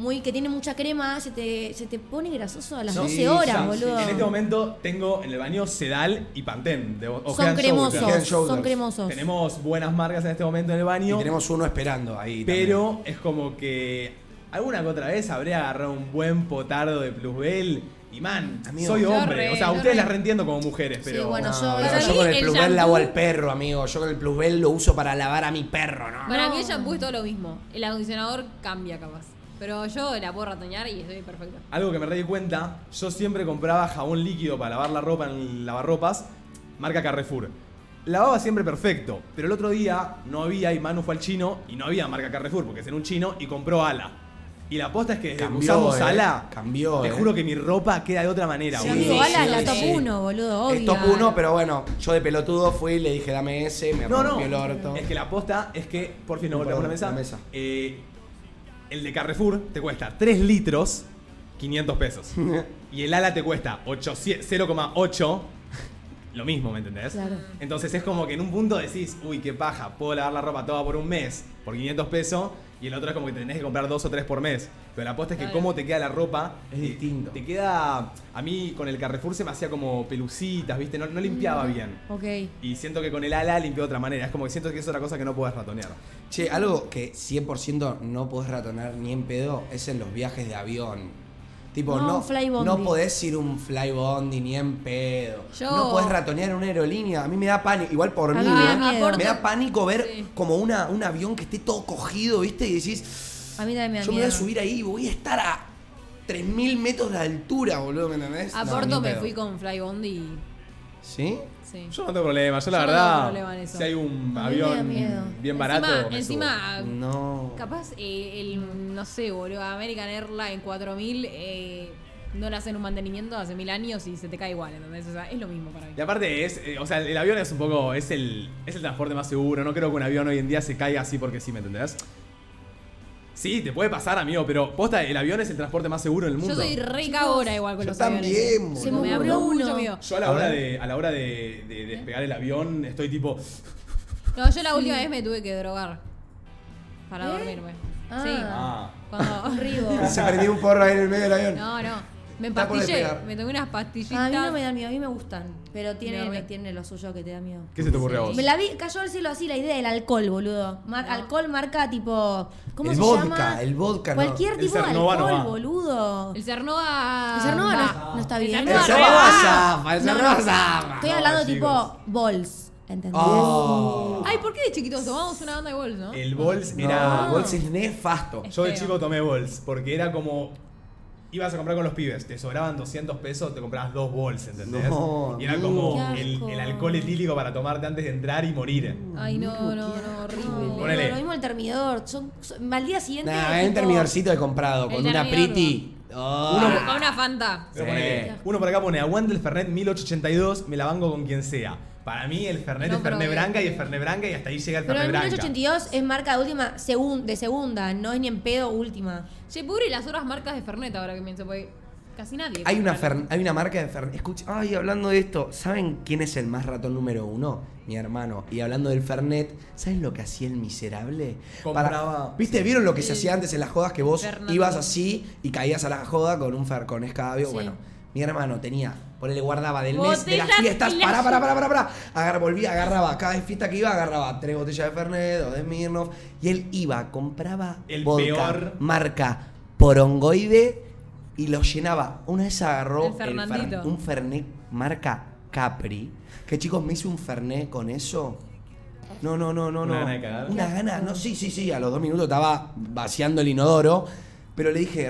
muy que tienen mucha crema, se te, se te pone grasoso a las Sí, 12 horas, sí, boludo. En este momento tengo en el baño Sedal y Pantén. de- o Head son and Shoulders. Head cremosos, and Shoulders. son cremosos. Tenemos buenas marcas en este momento en el Y baño. tenemos uno esperando ahí. Pero es como que alguna que otra vez habré agarrado un buen potardo de plusbel y man, Amigo. soy Yo hombre. re, o sea, yo ustedes re. las reentiendo como mujeres, pero. sí, bueno, también. yo. No, para Ah, yo, mí con el el Plubel lavo shampoo- al perro, amigo. Yo con el Plubel lo uso para lavar a mi perro, ¿no? Para No. mí el shampoo es todo lo mismo. El acondicionador cambia capaz. Pero yo la puedo ratoñar y estoy perfecta. Algo que me re di cuenta, yo siempre compraba jabón líquido para lavar la ropa en el lavarropas, marca Carrefour. lavaba siempre perfecto, pero el otro día no había y Manu fue al chino y no había marca Carrefour porque es en un chino y compró ala. Y la aposta es que desde que Cambió, usamos eh. ala. Cambió, Te eh. juro que mi ropa queda de otra manera, Sí, boludo. amigo, ala es sí, la sí. top 1, boludo, obvio. Es top 1, pero bueno, yo de pelotudo fui, le dije dame ese, me No, rompió el no. orto. Es que la aposta es que, por fin no No, volvemos a la mesa. perdón, la mesa. eh, el de Carrefour te cuesta 3 litros, 500 pesos. y el ala te cuesta 800 0,8. Lo mismo, ¿me entendés? Claro. Entonces es como que en un punto decís, uy, qué paja, puedo lavar la ropa toda por un mes por 500 pesos. Y el otro es como que tenés que comprar dos o tres por mes. Pero la aposta es que cómo te queda la ropa. Es eh, distinto. Te queda. A mí con el Carrefour se me hacía como pelucitas, ¿viste? No, no limpiaba bien. Ok. Y siento que con el ala limpió de otra manera. Es como que siento que es otra cosa que no puedes ratonear. Che, algo que 100% no podés ratonar ni en pedo es en los viajes de avión. Tipo, No, no, un fly no, bondi. podés ir un flybondi ni en pedo. Yo- No podés ratonear en una aerolínea. A mí me da pánico, igual por A mí. mí me da ¿eh? miedo. Me da pánico ver Sí. como una, un avión que esté todo cogido, ¿viste? Y decís, A mí también me da yo me miedo. voy a subir ahí y voy a estar a 3.000 metros de altura, boludo, ¿me entendés? A No, Porto ni me pedo. fui con Flybondi y. ¿Sí? Sí. Yo no tengo problema. Yo la Yo no verdad, tengo problema en eso. si hay un A mí me da avión miedo. bien barato, me Encima, Mm. encima, No. capaz eh, el, no sé, boludo, American Airlines 4000 eh, no le hacen un mantenimiento hace mil años y se te cae igual, ¿entendés? O sea, es lo mismo para mí. subo. Y aparte es, eh, o sea, el avión es un poco, es el, es el transporte más seguro. No creo que un avión hoy en día se caiga así porque sí, ¿me entendés? Sí, te puede pasar, amigo, pero posta, el avión es el transporte más seguro del mundo. Yo soy re cagora igual con Yo los aviones. también, boludo. Se me me da ocurrió mucho uno. miedo. Yo a la hora de, a la hora de, ¿Eh? de despegar el avión estoy tipo, No, yo la última vez me tuve que drogar ¿Eh? para dormirme. ah, Sí. Cuando. Ribo. Se prendió un porro ahí en el medio del avión. No, no. Me Está por empastillé. despegar. Me tomé unas pastillitas. A mí no me da miedo, a mí me gustan. Pero Me tiene, re- tiene lo suyo que te da miedo. ¿qué se te ocurre a vos? Me la vi, cayó al cielo así la idea del alcohol, boludo. Mar- Ah. Alcohol marca tipo. ¿Cómo El se vodka, llama? el vodka, no. Cualquier El tipo de Cernova alcohol, no va. boludo. El Cernova. El Cernova va. no, no está bien. El El Cernova cerrado va. zafa, el No, no, cerrado no. zafa. Estoy hablando No, chicos. tipo bols, ¿entendés? Oh. Ay, ¿por qué de chiquitos tomamos una onda de bols, no? El bols era... Mira, Bols es nefasto. Yo de Feo. chico tomé bols, porque era como. Ibas a comprar con los pibes, te sobraban 200 pesos, te comprabas dos bols, ¿entendés? No, y era no. como Qué el, asco. el alcohol etílico para tomarte antes de entrar y morir. Ay, no, no, no, No, horrible. Ponele. Lo mismo el termidor. Son, son- al día siguiente. Nah, tipo, hay un termidorcito de comprado El con una termidor, pretty. Oh. Con una Fanta. Pero Sí. ponele, uno por acá pone, aguante el Fernet 1882, me la banco con quien sea. Para mí el Fernet No es Fernet probé. Branca y es Fernet Branca y hasta ahí llega el Pero Fernet en Branca. 1882 es marca de última, segun- de segunda, no es ni en pedo última. Che, pobre las otras marcas de Fernet ahora que pienso, porque casi nadie. Hay una, Fernet. fer- hay una marca de Fernet. Escucha, ay, hablando de esto, ¿saben quién es el más ratón número uno? Mi hermano. Y hablando del Fernet, ¿saben lo que hacía el miserable? Compraba- ¿Viste? ¿Vieron lo que se hacía antes en las jodas? Que vos Fernando. ibas así y caías a la joda con un fer, con escabio. Sí. Bueno, mi hermano tenía, ponele, guardaba del mes de las Botellas fiestas. y las- Pará, pará, pará, pará, pará. Agar- volvía, agarraba. Cada fiesta que iba, agarraba tres botellas de Fernet, dos de Mirnov. Y él iba, compraba El vodka, peor. marca porongoide y lo llenaba. Una vez agarró El Fernandito. Fer- un Fernet marca Capri. Que chicos, me hice un Fernet con eso. No, no, no, no, ¿Una no. gana de cagar? Una gana, no, sí, sí, sí. A los dos minutos estaba vaciando el inodoro. Pero le dije,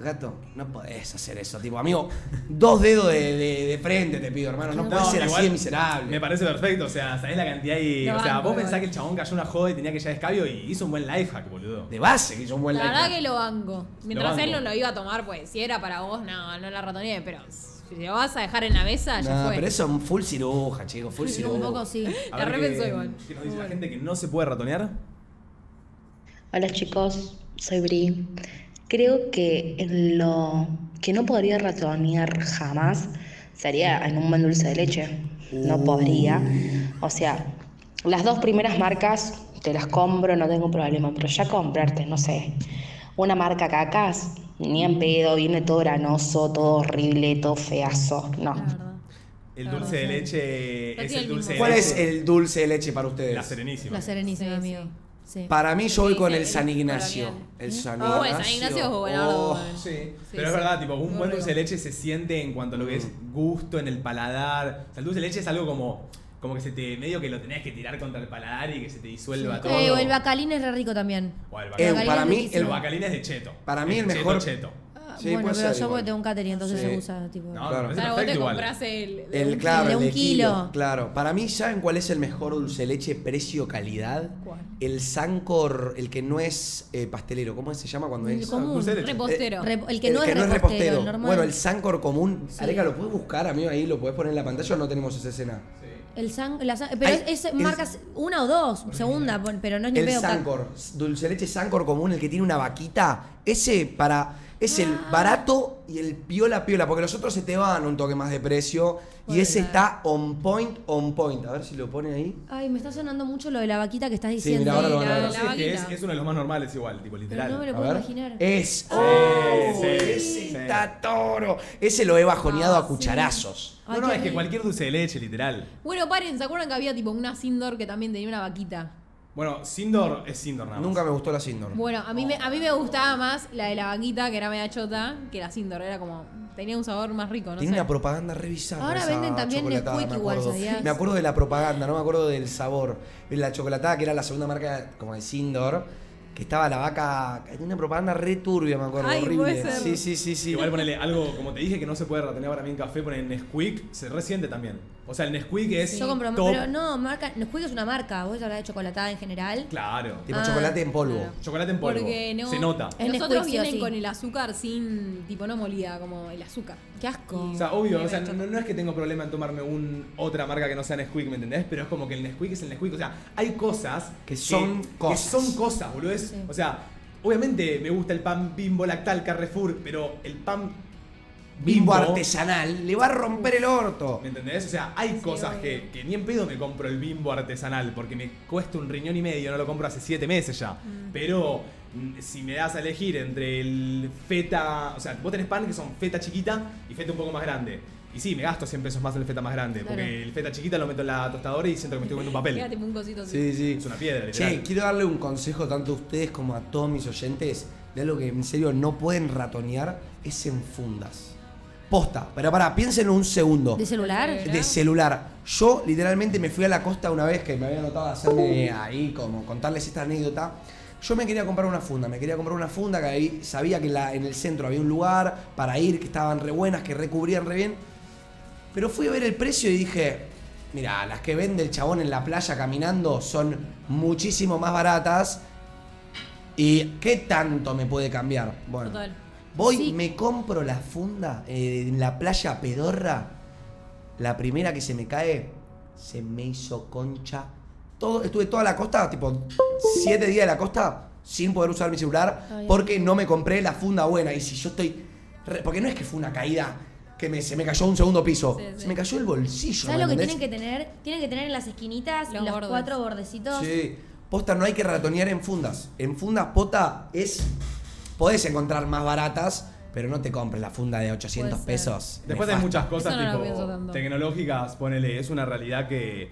gato, no podés hacer eso. Tipo, amigo, dos dedos de, de- de frente te pido, hermano. No, No, podés ser así igual de miserable. Me parece perfecto, o sea, sabés la cantidad y. Lo o sea, banco, vos lo pensás banco. que el chabón cayó una joda y tenía que ya escabio y hizo un buen life hack, boludo. De base, que yo un buen La like. verdad que lo banco. Mientras banco. él no lo iba a tomar, pues si era para vos, no, no la ratoneé, pero si lo vas a dejar en la mesa, ya No, fue. pero eso es un full ciruja, chicos, full ciruja. Un poco sí. A La ver repensó qué- igual. ¿Qué nos dice la gente que no se puede ratonear? Hola chicos, soy Bri. Creo que en lo que no podría ratonear jamás sería en un buen dulce de leche. No podría. O sea, las dos primeras marcas te las compro, no tengo problema, pero ya comprarte, no sé, una marca cacas, ni en pedo, viene todo granoso, todo horrible, todo feazo. No. La verdad. El La dulce de verdad, sí. leche No es tiene el el dulce de mismo. ¿Cuál es leche. el dulce de leche para ustedes? La serenísima. La serenísima, Sí, sí. amigo. Sí. ¿Mm? Para mí yo voy Sí, con sí, el el San Ignacio. colonial. El San Ignacio. Oh, el San Ignacio es buenardo, Oh, bueno. Sí, Sí, pero es sí. verdad, tipo, un Muy buen dulce de rico. leche se siente en cuanto a lo que es Mm. gusto en el paladar. O sea, el dulce de leche es algo como, como que se te medio que lo tenés que tirar contra el paladar y que se te disuelva todo. Eh, o el bacalín es re rico también. O el Eh, bacalín. para mí El el el bacalín es de cheto. para mí Es el cheto, mejor- cheto. Ah, Sí, bueno, puede pero ser yo igual. porque tengo un catering, entonces Sí. se usa, tipo. No, Claro. me parece Claro, vos te perfecto igual. comprás el. de El un claro, de el un de kilo, kilo. Claro. Para mí, ¿saben cuál es el mejor dulce de leche precio-calidad? ¿Cuál? El Sancor, el que no es eh, pastelero. ¿Cómo se llama cuando El es? común. dulce de leche. Eh, Repostero. Rep- el que no es repostero, el normal. Bueno, el Sancor común. Sí. Areca, ¿lo puedes buscar, amigo? Ahí lo puedes poner en la pantalla o no tenemos esa escena. El san- la san- pero Ay, es, es el- marcas una o dos, segunda, pon- pero no es ni el pedo. ca- Sancor, dulce de leche Sancor común, el que tiene una vaquita. Ese para. Es el Ah. barato y el piola piola, porque los otros se te van un toque más de precio. Y Puede ese ser. está on point, on point. A ver si lo pone ahí. Ay, me está sonando mucho lo de la vaquita que estás Sí, diciendo. mira, ahora lo Sí, van a la- Sí, ver. la es que vaquita. es, es uno de los más normales igual, tipo Pero literal. no me lo A puedo ver. imaginar. Es. Sí, ¡Oh! sí, ese sí. está toro. Ese lo he bajoneado Ah, a sí. cucharazos. No, Ay, no, qué es que rico. cualquier dulce de leche, literal. Bueno, paren, ¿se acuerdan que había tipo una Sindor que también tenía una vaquita? Bueno, Sindor es Sindor nada más. Nunca me gustó la Sindor. Bueno, a mí, me, a mí me gustaba más la de la vaquita, que era media chota, que la Sindor. Era como. Tenía un sabor más rico, ¿no? Tiene sé. una propaganda revisada. Ahora venden también Nesquik me igual, acuerdo. ¿sabías? Me acuerdo de la propaganda, no me acuerdo del sabor. La chocolatada, que era la segunda marca como de Sindor, que estaba la vaca. Tenía una propaganda re turbia, me acuerdo. Ay, horrible. puede ser. Sí, sí, sí, sí. Igual ponele algo, como te dije, que no se puede retener para mí en café, ponen Nesquik, se resiente también. O sea, el Nesquik es Yo compro, top. pero no, marca, no juegues una marca, vos hablar de chocolatada en general. Claro. Tipo Ah, chocolate en polvo. claro. Chocolate en polvo. Porque no. Se nota. Es Los Nesquik, otros sí o vienen sí. con el azúcar sin. tipo, no molida, como el azúcar. Qué asco. O sea, obvio, o sea, no, no es que tengo problema en tomarme un, otra marca que no sea Nesquik, ¿me entendés? Pero es como que el Nesquik es el Nesquik. O sea, hay cosas Que son que cosas. son cosas, boludo. Es- O sea, obviamente me gusta el pan bimbo lactal Carrefour, pero el pan Bimbo artesanal, le va a romper el orto. ¿Me entendés? O sea, hay cosas que, que ni en pedo me compro el bimbo artesanal porque me cuesta un riñón y medio, no lo compro hace siete meses ya. Pero mm, si me das a elegir entre el feta, o sea, vos tenés pan que son feta chiquita y feta un poco más grande. Y sí, me gasto 100 pesos más en el feta más grande porque el feta chiquita lo meto en la tostadora y siento que me estoy comiendo un Queda papel. tipo un cosito Sí, así. sí. Es una piedra, literal. Che, quiero darle un consejo tanto a ustedes como a todos mis oyentes de algo que en serio no pueden ratonear, es en fundas. Posta, pero pará, piénsenlo un segundo. ¿De celular? De celular. Yo literalmente me fui a la costa una vez que me había notado hacerme ahí, como contarles esta anécdota. Yo me quería comprar una funda, me quería comprar una funda que ahí sabía que la- en el centro había un lugar para ir, que estaban re buenas, que recubrían re bien. Pero fui a ver el precio y dije, mira, las que vende el chabón en la playa caminando son muchísimo más baratas. ¿Y qué tanto me puede cambiar? Bueno, Total. voy, Sí. me compro la funda eh, en la playa pedorra. La primera que se me cae, se me hizo concha. Todo, estuve toda la costa, tipo siete días de la costa, sin poder usar mi celular, Ay, porque no me compré la funda buena. Y si yo estoy... re- porque no es que fue una caída que me- se me cayó a un segundo piso, Sí, sí. se me cayó el bolsillo. ¿Sabes ¿me lo que entendés? tienen que tener? Tienen que tener en las esquinitas Los los, bordes. cuatro bordecitos. Sí. Posta, no hay que ratonear en fundas. En fundas, pota, es. Podés encontrar más baratas, pero no te compres la funda de 800 Puede ser. pesos. Después hay Nefasto. muchas cosas Eso no lo pienso tipo tanto. tecnológicas, ponele, es una realidad que,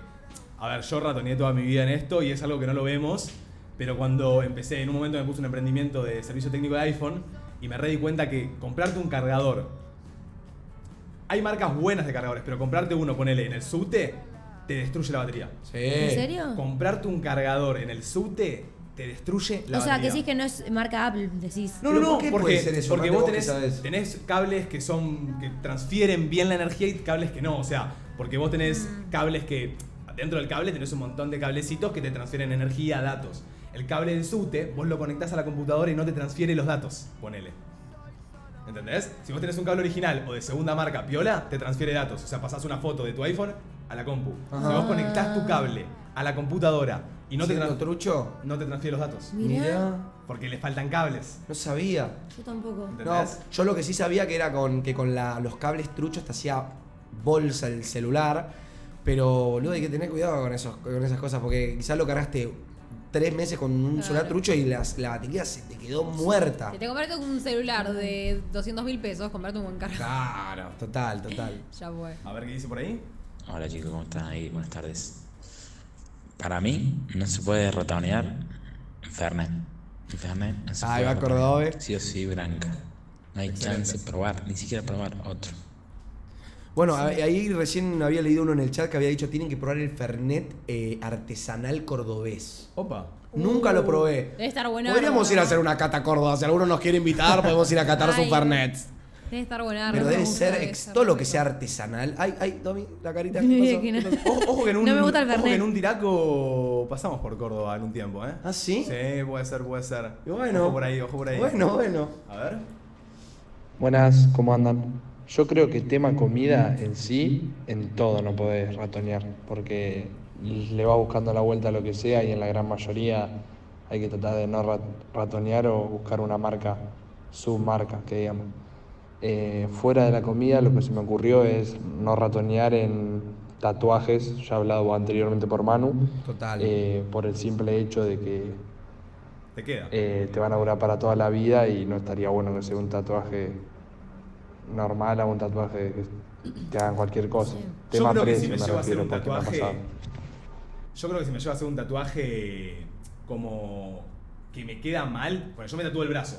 a ver, yo ratoneé toda mi vida en esto y es algo que no lo vemos, pero cuando empecé, en un momento me puse un emprendimiento de servicio técnico de iPhone y me re di cuenta que comprarte un cargador, hay marcas buenas de cargadores, pero comprarte uno, ponele, en el subte, te destruye la batería. Sí. ¿En serio? Comprarte un cargador en el subte, te destruye la batería. o sea, que decís que no es marca Apple, decís. No, no, Pero no, ¿por qué porque, puede ser eso? porque Mate, vos vos que tenés, sabés. tenés cables que son que transfieren bien la energía y cables que no, o sea, porque vos tenés cables que dentro del cable tenés un montón de cablecitos que te transfieren energía, datos. El cable del SUTE, vos lo conectás a la computadora y no te transfiere los datos, ponele. ¿Entendés? Si vos tenés un cable original o de segunda marca piola, te transfiere datos. O sea, pasás una foto de tu iPhone a la compu. Si vos conectás tu cable a la computadora y no te, Siendo tran- trucho? no te transfiere los datos. Mirá. Mirá, Porque le faltan cables. No sabía. Yo tampoco. No, ¿Entendés? yo lo que sí sabía que era con, que con la- los cables truchos te hacía bolsa el celular. Pero, boludo, hay que tener cuidado con, esos, con esas cosas, porque quizás lo cargaste tres meses con un Claro. celular trucho y las- la batería se te quedó muerta. Si te compraste un celular de 200 mil pesos, comprarte un buen cargador. Claro, total, Eh, total. Ya fue. A ver qué dice por ahí. Hola chicos, ¿cómo están ahí? Buenas tardes. Para mí no se puede ratonear Fernet. Fernet no se Ah, Ahí puede va ratonear. Cordove. Sí o sí, Branca. No hay chance de probar, ni siquiera probar otro. Bueno, a- ahí recién había leído uno en el chat que había dicho, tienen que probar el Fernet eh, artesanal cordobés. Opa. Nunca lo probé. Uh, Debe estar bueno. Podríamos ir a hacer una cata Córdoba. Si alguno nos quiere invitar, podemos ir a catar su Ay, Fernet. Debe estar buena. Pero no me debe gusta, ser debe ex- estar todo lo rico. que sea artesanal. Ay, ay, Domi, la carita. Sí, ¿qué pasó? que no. ¿Qué pasó? Ojo, ojo que en un, No me gusta el ojo que Fernet. en un Diraco pasamos por Córdoba en un tiempo, ¿eh? ¿Ah, sí? Sí, puede ser, puede ser. Y bueno. Ojo por ahí, ojo por ahí. Bueno, bueno. A ver. Buenas, ¿cómo andan? Yo creo que el tema comida en sí, en todo no podés ratonear, porque le va buscando la vuelta a lo que sea y en la gran mayoría hay que tratar de no ra- ratonear o buscar una marca, submarca, que digamos. Eh, fuera de la comida, lo que se me ocurrió es no ratonear en tatuajes, ya he hablado anteriormente por Manu, Total. eh, por el simple hecho de que Te queda. eh, te van a durar para toda la vida y no estaría bueno que sea un tatuaje normal a un tatuaje que te hagan cualquier cosa. Yo Tema creo que si precio me me llevo a hacer refiero, un porque me ha tatuaje. pasado. Yo creo que si me llevo a hacer un tatuaje como que me queda mal. Bueno, yo me tatúo el brazo.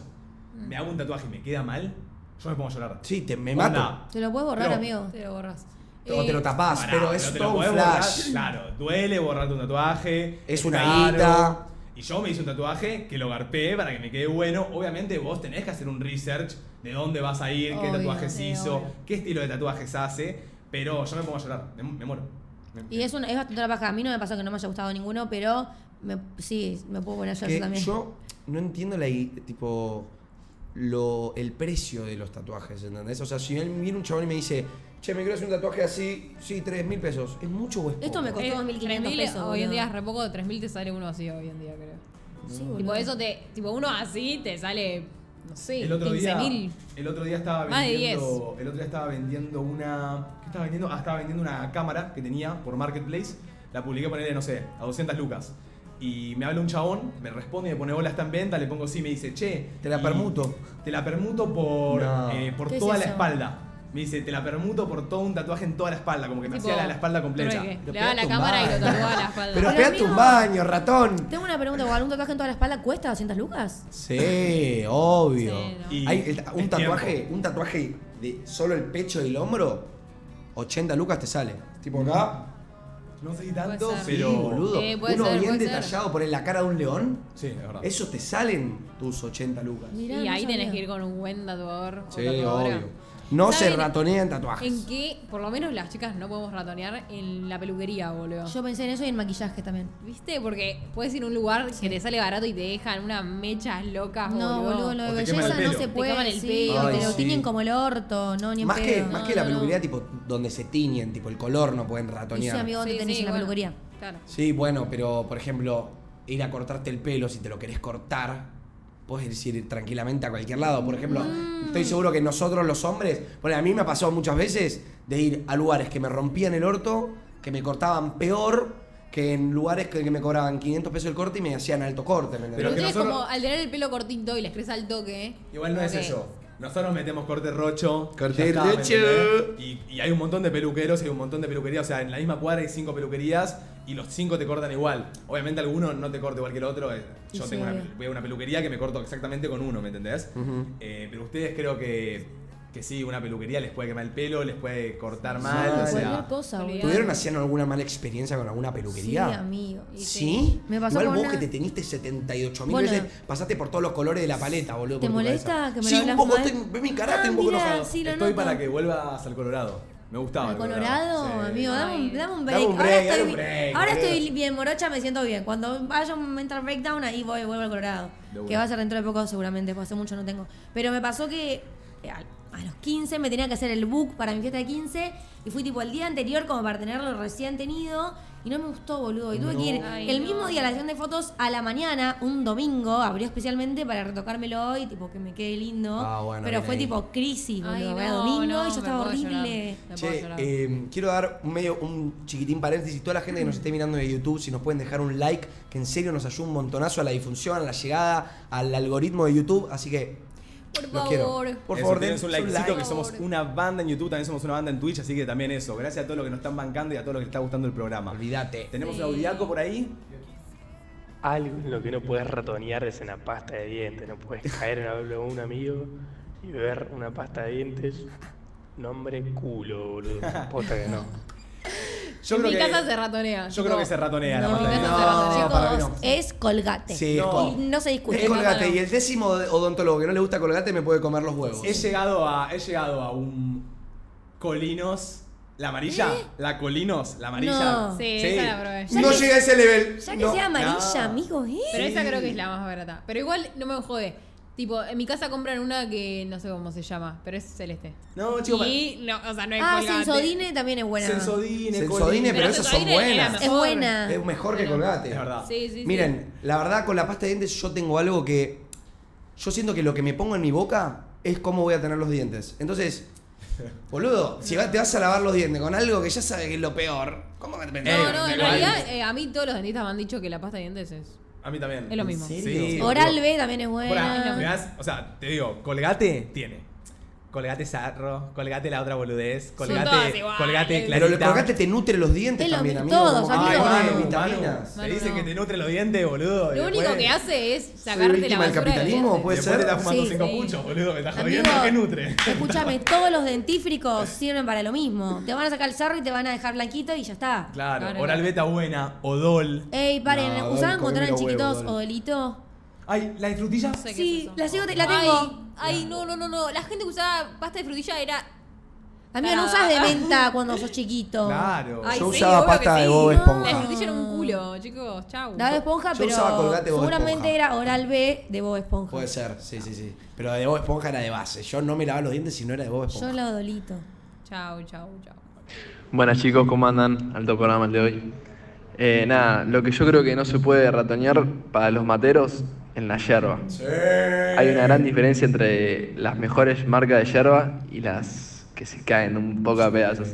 Mm. Me hago un tatuaje y me queda mal. Yo me pongo a llorar. Sí, te, me Onda, mato. Te lo puedes borrar, Pero- amigo. Te lo Eh, borras. O te lo tapás, Pará, pero es te lo todo un podés flash. borrar, claro, duele borrarte un tatuaje. Es una caro. guita. Y yo me hice un tatuaje que lo garpé para que me quede bueno. Obviamente vos tenés que hacer un research de dónde vas a ir, qué Obvio, tatuajes sí, hizo, obvio. qué estilo de tatuajes hace. Pero yo me pongo a llorar, me, me muero. Me- Y es, una, es bastante una paja. A mí no me pasó que no me haya gustado ninguno, pero me- sí, me puedo poner yo, Que yo también. yo no entiendo la i- tipo lo, el precio de los tatuajes, ¿entendés? O sea, si él viene un chabón y me dice, che, me quiero hacer un tatuaje así, sí, 3 mil pesos. Es mucho o es Esto poco? me costó Eh, 2.500 3.000 pesos. Hoy en boludo. día es re poco, 3.000 te sale uno así hoy en día, creo. Sí, Tipo, boludo. eso te. Tipo, uno así te sale. No sé, El otro, día, 15.000. el otro día estaba Más de vendiendo. El otro día estaba vendiendo una. ¿Qué estaba vendiendo? Ah, estaba vendiendo una cámara que tenía por Marketplace. La publiqué ponerle, no sé, a 200 lucas. Y me habla un chabón, me responde, me pone hola, está en venta, le pongo sí, me dice, che. Te la y- permuto. Te la permuto por, No. eh, por ¿Qué es toda la eso? espalda. Me dice, te la permuto por todo un tatuaje en toda la espalda, como que me Tipo, hacía la, la espalda completa. trueque. Pero Le daba la pegate un cámara y lo baño. tatuaba la espalda. Pero, Pero, pegate un amigo. baño, ratón. Tengo una pregunta, ¿algún tatuaje en toda la espalda cuesta 200 lucas? Sí, obvio. Sí, no. Y Hay el- un es tatuaje, tiempo. un tatuaje de solo el pecho y el hombro, 80 lucas te sale. Tipo acá, No sé si tanto, ser. pero. sí, boludo. Sí, puede Uno ser, bien puede ser. detallado, poner la cara de un león, Sí, es verdad. eso te salen tus 80 lucas. Mirá, y no ahí tenés sabía. que ir con un buen tatuador. o Sí, tatuadora. obvio. No se ¿Saben ratonean tatuajes. En que, por lo menos las chicas no podemos ratonear en la peluquería, boludo. Yo pensé en eso y en maquillaje también. ¿Viste? Porque puedes ir a un lugar que te sale barato y te dejan unas mechas locas, No, boludo, lo O de te queman el belleza no pelo. se Te puede. queman el sí, pelo. o Ay, te lo sí. tiñen como el orto, no, ni en Más pedo. que, No, más que la no, no. peluquería, tipo, donde se tiñen, tipo, el color no pueden Y sí, ratonear. amigo, te Sí, tenés sí, en la bueno. peluquería. Claro. Sí, bueno, pero por ejemplo, ir a cortarte el pelo, si te lo querés cortar, puedes ir tranquilamente a cualquier lado. Por ejemplo, Mm. estoy seguro que nosotros los hombres, bueno, a mí me ha pasado muchas veces de ir a lugares que me rompían el orto, que me cortaban peor que en lugares que, que me cobraban 500 pesos el corte y me hacían alto corte, ¿me Pero Pero entendés? que ustedes nosotros- como al tener el pelo cortito y les crece al toque. Igual no es Ok. eso. Nosotros metemos corte rocho. Corte ya está, ¿me rocho. entendés? Y, y hay un montón de peluqueros, hay un montón de peluquerías. O sea, en la misma cuadra hay cinco peluquerías y los cinco te cortan igual. Obviamente alguno no te corta igual que el otro. eh, Y Yo sí, tengo una, obvio. voy a una peluquería que me corto exactamente con uno, ¿me entendés? Eh, pero ustedes creo que, que sí, una peluquería les puede quemar el pelo, les puede cortar mal. o Cualquier sea, cosa, boludo. ¿Tuvieron haciendo alguna mala experiencia con alguna Sí, peluquería? amigo. ¿Sí? Me pasó Igual con vos una- que te teniste 78 mil Bueno. veces, pasaste por todos los colores de la paleta, boludo. ¿Te por tu molesta cabeza. que me sí, lo un hablas poco, mal? estoy- me encará, Ah, estoy un poco mirá, enojado. sí, lo estoy noto. para que vuelvas al Colorado. Me gustaba. ¿Al el Colorado, Sí. amigo, dame un, Ay. dame un break. Dame un break, ahora dame un estoy, break, ahora boludo. estoy bien, morocha, me siento bien. Cuando vaya un mental breakdown, ahí voy, vuelvo al Colorado. De una. Que va a ser dentro de poco seguramente, porque hace mucho no tengo. Pero me pasó que eh, al- a los 15 me tenía que hacer el book para mi fiesta de 15 y fui tipo el día anterior como para tenerlo recién tenido y no me gustó, boludo. Y tuve que ir Ay, el no. mismo día a la sesión de fotos a la mañana, un domingo, abrió especialmente para retocármelo hoy, tipo que me quede lindo. Ah, bueno, Pero bien fue ahí. tipo crisis, boludo. Ay, Era no, domingo no, y yo me estaba puedo llorar. horrible. Me puedo Che, llorar. eh, quiero dar un medio, un chiquitín paréntesis. Toda la gente que nos esté mirando de YouTube, si nos pueden dejar un like, que en serio nos ayuda un montonazo a la difusión, a la llegada, al algoritmo de YouTube. Así que Por los quiero. favor. Por Eso, favor, denos denos un likecito que like. somos una banda en YouTube, también somos una banda en Twitch, así que también eso. Gracias a todos los que nos están bancando y a todos los que les está gustando el programa. Olvídate. Tenemos un audiaco por ahí. Algo en lo que no puedes ratonear es en la pasta de dientes. No puedes caer en hablar con un amigo y beber una pasta de dientes. Nombre culo, boludo. Posta que no. Yo en creo mi que- casa se ratonea. Yo creo que se ratonea la No, pantalla. mi casa se ratonea. para mí no. Chicos, es colgate. Sí, es Y colgate. no se discute. Es colgate. Y el décimo odontólogo que no le gusta colgate me puede comer los huevos. He llegado a. He llegado a un Colinos. ¿La amarilla? ¿La Colinos? ¿La amarilla? No. ¿Eh? Sí, esa la probé. No Ya que- llega a ese level. Ya que No. sea amarilla, No. amigo, ¿eh? Pero esa Sí. creo que es la más barata. Pero igual no me jode. Tipo, en mi casa compran una que no sé cómo se llama, pero es celeste. No, chicos. y no, o sea, no es Ah, colgate. Sensodine también es buena. Sensodine. Sensodine, pero Colinos. esas son Sensodine era buenas. Es buena. Es mejor que colgate. Es verdad. Sí, sí, sí. Miren, la verdad con la pasta de dientes yo tengo algo que yo siento que lo que me pongo en mi boca es cómo voy a tener los dientes. Entonces, boludo, si va- te vas a lavar los dientes con algo que ya sabes que es lo peor, ¿cómo que te pensás? No, no, en Igual. realidad eh, a mí todos los dentistas me han dicho que la pasta de dientes es. A mí también. Es lo mismo. Sí. Oral B también es Ahora, me buena. das- o sea, te digo, colgate tiene. Colgate sarro, colgate la otra boludez, todas colgate, iguales. colgate Pero clarita. el colgate te nutre los dientes Es lo también, mi- amigo. todos, como que Ay, amigo. te pone Manu, vitaminas. Manu, te dicen Manu, que no. te nutre los dientes, boludo. y Lo único después- que hace es Soy sacarte la víctima del basura del capitalismo, diente. puede después te ser. estás fumando Sí, cinco sí. puchos, boludo. Me estás Amigo, jodiendo, ¿qué nutre? escúchame, todos los dentífricos sirven para lo mismo. Te van a sacar el sarro y te van a dejar blanquito y ya está. Claro, Claro, oral claro. beta buena, odol. Ey, paren, No, ¿usaban dale, cuando comeme eran los chiquitos huevos, dale. odolito? Ay, la de frutillas. No sé qué es Sí, eso. la, sigo, la tengo. Ay, ay, no, no, no, no. La gente que usaba pasta de frutilla era. Amigo, no usas de menta cuando sos chiquito. Claro. Ay, Yo sí, usaba obvio pasta que de sí. Bob La de Esponja. frutilla era un culo, chicos. Chau. La de esponja, Yo pero usaba Colgate de Bob seguramente Esponja. era oral B de Bob Esponja. Puede ser, sí, sí, sí. Pero de Bob Esponja era de base. Yo no me lavaba los dientes si no era de Bob Esponja. Yo la odolito. Chau, chau, chau. Buenas chicos, ¿cómo andan? Alto programa el de hoy. Eh, nada, lo que yo creo que no se puede ratonear para los materos en la yerba. Hay una gran diferencia entre las mejores marcas de yerba y las que se caen un poco a pedazos.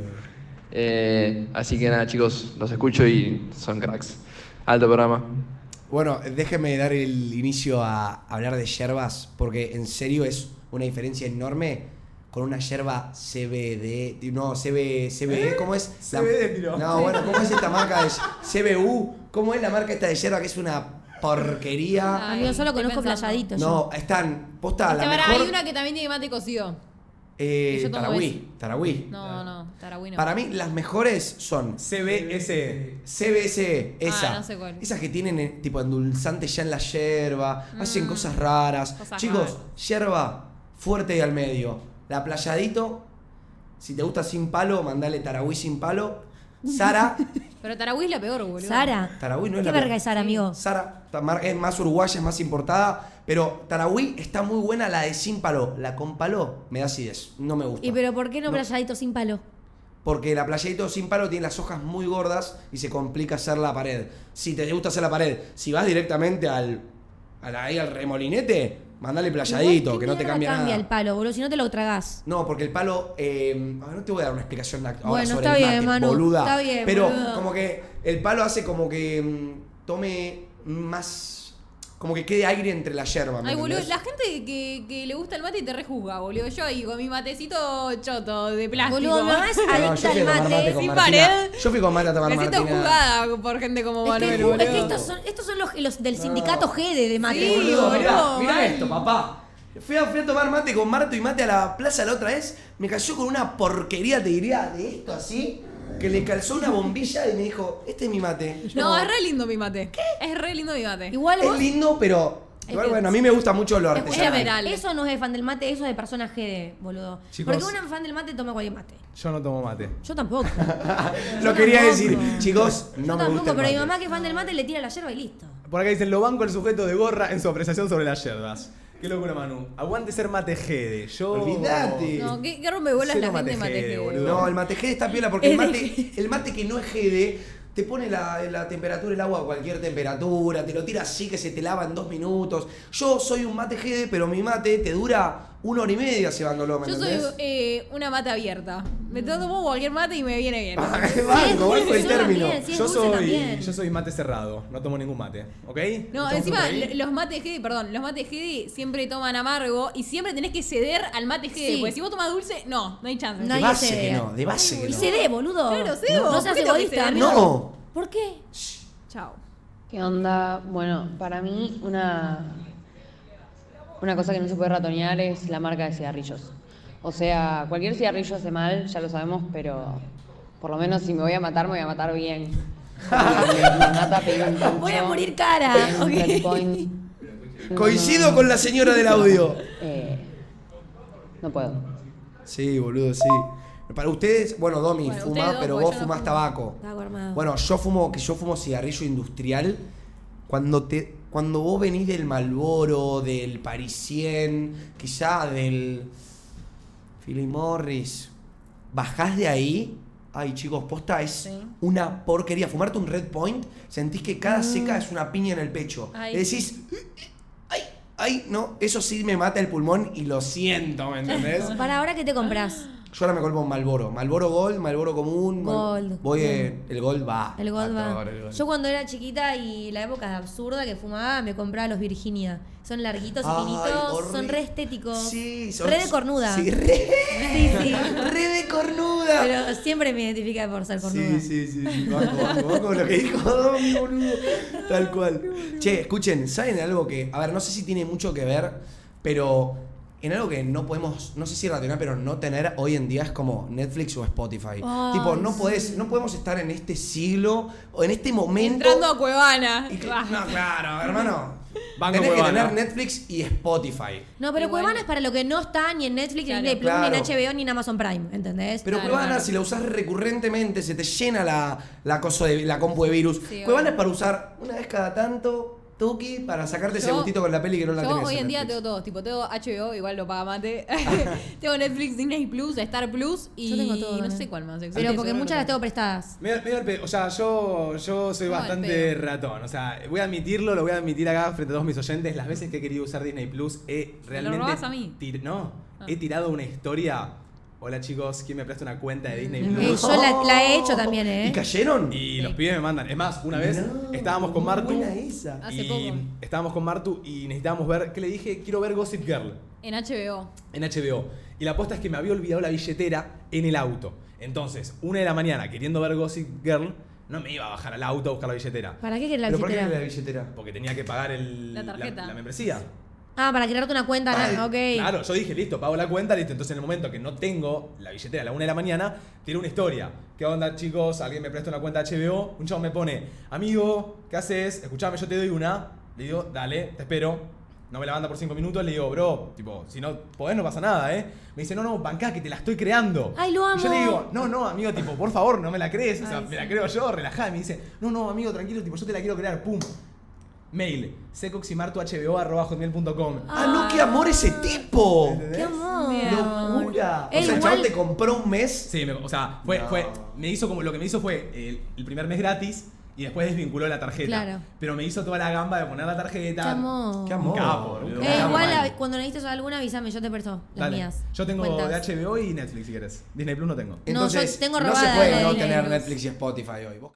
Eh, así que nada chicos, los escucho y son cracks. Alto programa. Bueno, déjeme dar el inicio a hablar de yerbas, porque en serio es una diferencia enorme con una yerba CBD. No, CB, CBE, E, ¿cómo es? La- CBD tiró. No, bueno, ¿cómo es esta marca de CBU? ¿Cómo es la marca esta de yerba que es una porquería? Ay, Amigo, solo estoy conozco pensando. playadito. yo. No, están, posta, Ah, la Esta pará, mejor. Hay una que también tiene mate cocido. que Eh, yo tomo Tarahui, Tarahui. No, no, Taragüino. Para mí, las mejores son CBS. CBSE, esa. Ah, no sé cuál. Esas que tienen eh, tipo endulzante ya en la yerba, hacen cosas raras. Mm. cosas Chicos, raras. yerba fuerte y al medio. La playadito, si te gusta sin palo, mandale tarahui sin palo. Sara, Pero Taragüí es la peor, boludo. Sara. Tarahui no es ¿Qué la verga peor. es Sara, amigo? Sara ta- mar- es más uruguaya, es más importada, pero tarahui está muy buena la de sin palo. La con palo me da acidez, no me gusta. ¿Y pero por qué no, playadito sin palo? Porque la playadito sin palo tiene las hojas muy gordas y se complica hacer la pared. Si te gusta hacer la pared, si vas directamente al, al, ahí al remolinete, mandale playadito, Igual, ¿qué que no te mierda cambia, cambia el nada. palo, boludo, si no te lo tragás. No, porque el palo. eh, a ver, no te voy a dar una explicación ahora Bueno, sobre está el bien, mate, Manu, boluda. está bien, pero boludo. como que el palo hace como que mm, tome más. como que quede aire entre la yerba. ¿me Ay, boludo, entendés? la gente que, que le gusta el mate te rejuzga, boludo. Yo ahí con mi matecito choto de plástico. Boludo, mi mamá es No, yo fui a adicta al tomar mate mate. con sin Martina. pared. Yo fui con mate a tomar Me siento Martina. juzgada por gente como Es que, Manuel, ju- boludo. es que estos son, estos son los, los del sindicato Gede de mate, Sí, boludo. boludo. Ah, Mirá, mirá mal. esto, papá. Fui a, fui a tomar mate con Marto y mate a la plaza la otra vez. Me cayó con una porquería, te diría, de esto así, que le calzó una bombilla y me dijo, este es mi mate. Yo No, como, es re lindo mi mate. Es re lindo mi mate. Igual es vos, lindo, pero. igual, que- bueno, a mí me gusta mucho lo escúchame, artesanal. Dale. eso no es fan del mate, eso es de persona Gede, boludo. Chicos. Porque un fan del mate toma cualquier mate. Yo no tomo mate. Yo tampoco. Lo quería tampoco. decir, chicos, no Yo me tampoco, gusta. el pero mi mate. mamá que es fan del mate le tira la yerba y listo. Por acá dicen, lo banco el sujeto de gorra en su apreciación sobre las yerbas. Qué locura, Manu. Aguante ser mate jede. Yo. Olvídate. No, qué, qué rompebolas Cero la gente de matejede, matejede. boludo. No, el mate jede está piola porque el Es de mate, el mate que no es jede te pone la, la temperatura, el agua a cualquier temperatura, te lo tira así que se te lava en dos minutos. Yo soy un mate jede, pero mi mate te dura una hora y media llevándolo, ¿me Yo soy entendés? eh, una mata abierta. Me tomo cualquier mate y me viene bien. Ah, Banco, dulce, banco el yo término. también, sí, es yo, dulce soy, también. yo soy mate cerrado. No tomo ningún mate. ¿Ok? No, ¿Estamos encima por ahí? l- los mates Gedi, perdón, los mates Gedi siempre toman amargo y siempre tenés que ceder al mate Gedi. Sí. Porque si vos tomás dulce, no, no hay chance. No de hay- nadie base se- que no, de base que Y no. se dé, boludo. Claro, se dé, No, vos, seas ¿por qué tengo que egoísta, ser? amigo. No. ¿Por qué? Chao. ¿Qué onda? Bueno, para mí una, una cosa que no se puede ratonear es la marca de cigarrillos. O sea, cualquier cigarrillo hace mal, ya lo sabemos, pero por lo menos si me voy a matar, me voy a matar bien. Voy a morir cara. ok. Coincido con la señora del audio. Eh, No puedo. Sí, boludo, sí. Para ustedes, bueno, Domi Bueno, fuma, ustedes dos, pero porque vos yo no fumás fumo. Ah, tabaco. Tabaco armado. Bueno, yo fumo, que yo fumo cigarrillo industrial. Cuando te, cuando vos venís del Malboro, del Parisien, quizá del Philip Morris, bajás de ahí. Ay, chicos, posta es una porquería. Fumarte un Red Point, sentís que cada seca es una piña en el pecho. Ay. Le decís, ay, ay, no, eso sí me mata el pulmón y lo siento, ¿me entendés? Para ahora que te compras. Yo ahora me colpo un Malboro. Malboro Gold, Malboro Común. Mal- Gold. Voy Bien. en- El Gold va. El Gold todo va. ahora el Gold. Yo cuando era chiquita y la época de absurda que fumaba, me compraba los Virginia. Son larguitos y Ay, finitos, horrible. son re estéticos. Sí, son- Re de cornuda. Sí, re. Sí, sí. Re de cornuda. Pero siempre me identifica por ser Sí, cornuda. sí, sí, sí. Banco, banco, banco lo que dijo Domi, boludo. Tal cual. Che, escuchen, ¿saben algo que.? A ver, no sé si tiene mucho que ver, pero. En algo que no podemos, no sé si racionar, pero no tener hoy en día es como Netflix o Spotify. Ay, tipo, no sí. podés, no podemos estar en este siglo o en este momento. Entrando a Cuevana. No, claro, hermano. Banco Tenés que Cuevana. tener Netflix y Spotify. No, pero Cuevana es para lo que no está ni en Netflix, ni en Play Claro. Plus, ni en HBO, ni en Amazon Prime, ¿entendés? Pero Cuevana, si la usás recurrentemente, se te llena la, la, cosa de, la compu de virus. Sí, Cuevana obvio. es para usar una vez cada tanto, Tuki, para sacarte ese Yo- gustito con la peli que no la Yo tenés. hoy en día Netflix. tengo todos, tipo, tengo HBO, igual lo paga mate. tengo Netflix, Disney Plus, Star Plus y Yo tengo todo no también. sé cuál más. Pero porque muchas las tengo prestadas. Me, me da el pe- o sea, yo, yo soy No, el bastante ratón. O sea, voy a admitirlo, lo voy a admitir acá frente a todos mis oyentes. Las veces que he querido usar Disney Plus, he realmente. robás a mí? tir- no, Ah. he tirado una historia. Hola chicos, ¿quién me presta una cuenta de Mm. Disney Eh, Plus? yo la, la he hecho también, ¿Y ¿eh? cayeron? Y los pibes me mandan. Es más, una vez estábamos con Martu. Buena esa. Ah, Hace y poco. Estábamos con Martu y necesitábamos ver. ¿Qué le dije? Quiero ver Gossip Girl En HBO. en HBO. Y la apuesta es que me había olvidado la billetera en el auto. Entonces, una de la mañana, queriendo ver Gossip Girl, no me iba a bajar al auto a buscar la billetera. ¿Para qué querés la ¿Pero por qué billetera? la billetera? Porque tenía que pagar el, La tarjeta. La, membresía. Ah, para crearte una cuenta, na- ok. Claro, yo dije, listo, pago la cuenta, listo. Entonces, en el momento que no tengo la billetera a la una de la mañana, tiré una historia. ¿Qué onda, chicos? ¿Alguien me presta una cuenta HBO? Un chavo me pone, amigo, ¿qué haces? Escuchame, yo te doy una. Le digo, dale, te espero. No me la manda por cinco minutos, le digo, bro, tipo, si no podés no pasa nada, ¿eh? Me dice, no, no, bancá, que te la estoy creando. Ay, lo Y yo amo. le digo, no, no, amigo, tipo, por favor, no me la crees, o sea, Ay, me la creo yo, relajá. Y me dice, no, no, amigo, tranquilo, tipo, yo te la quiero crear, pum. Mail, secoximartuhbo.com. Ah, no, qué amor ese tipo. ¡Qué amor! Locura. Él o sea, el chabón igual- te compró un mes. Sí, me- o sea, fue, No. fue, me hizo como, lo que me hizo fue el, el primer mes gratis y después desvinculó la tarjeta. Claro. Pero me hizo toda la gamba de poner la tarjeta. ¡Qué amor! Qué amor. Capo, boludo. Eh, Qué amor. igual la- cuando necesites alguna, avísame, yo te presto las Dale. mías. Yo tengo Cuentas. de HBO y Netflix si querés. Disney Plus no tengo. No, yo Entonces, tengo no robada se la puede de no Disney tener Plus. Netflix y Spotify hoy. Vos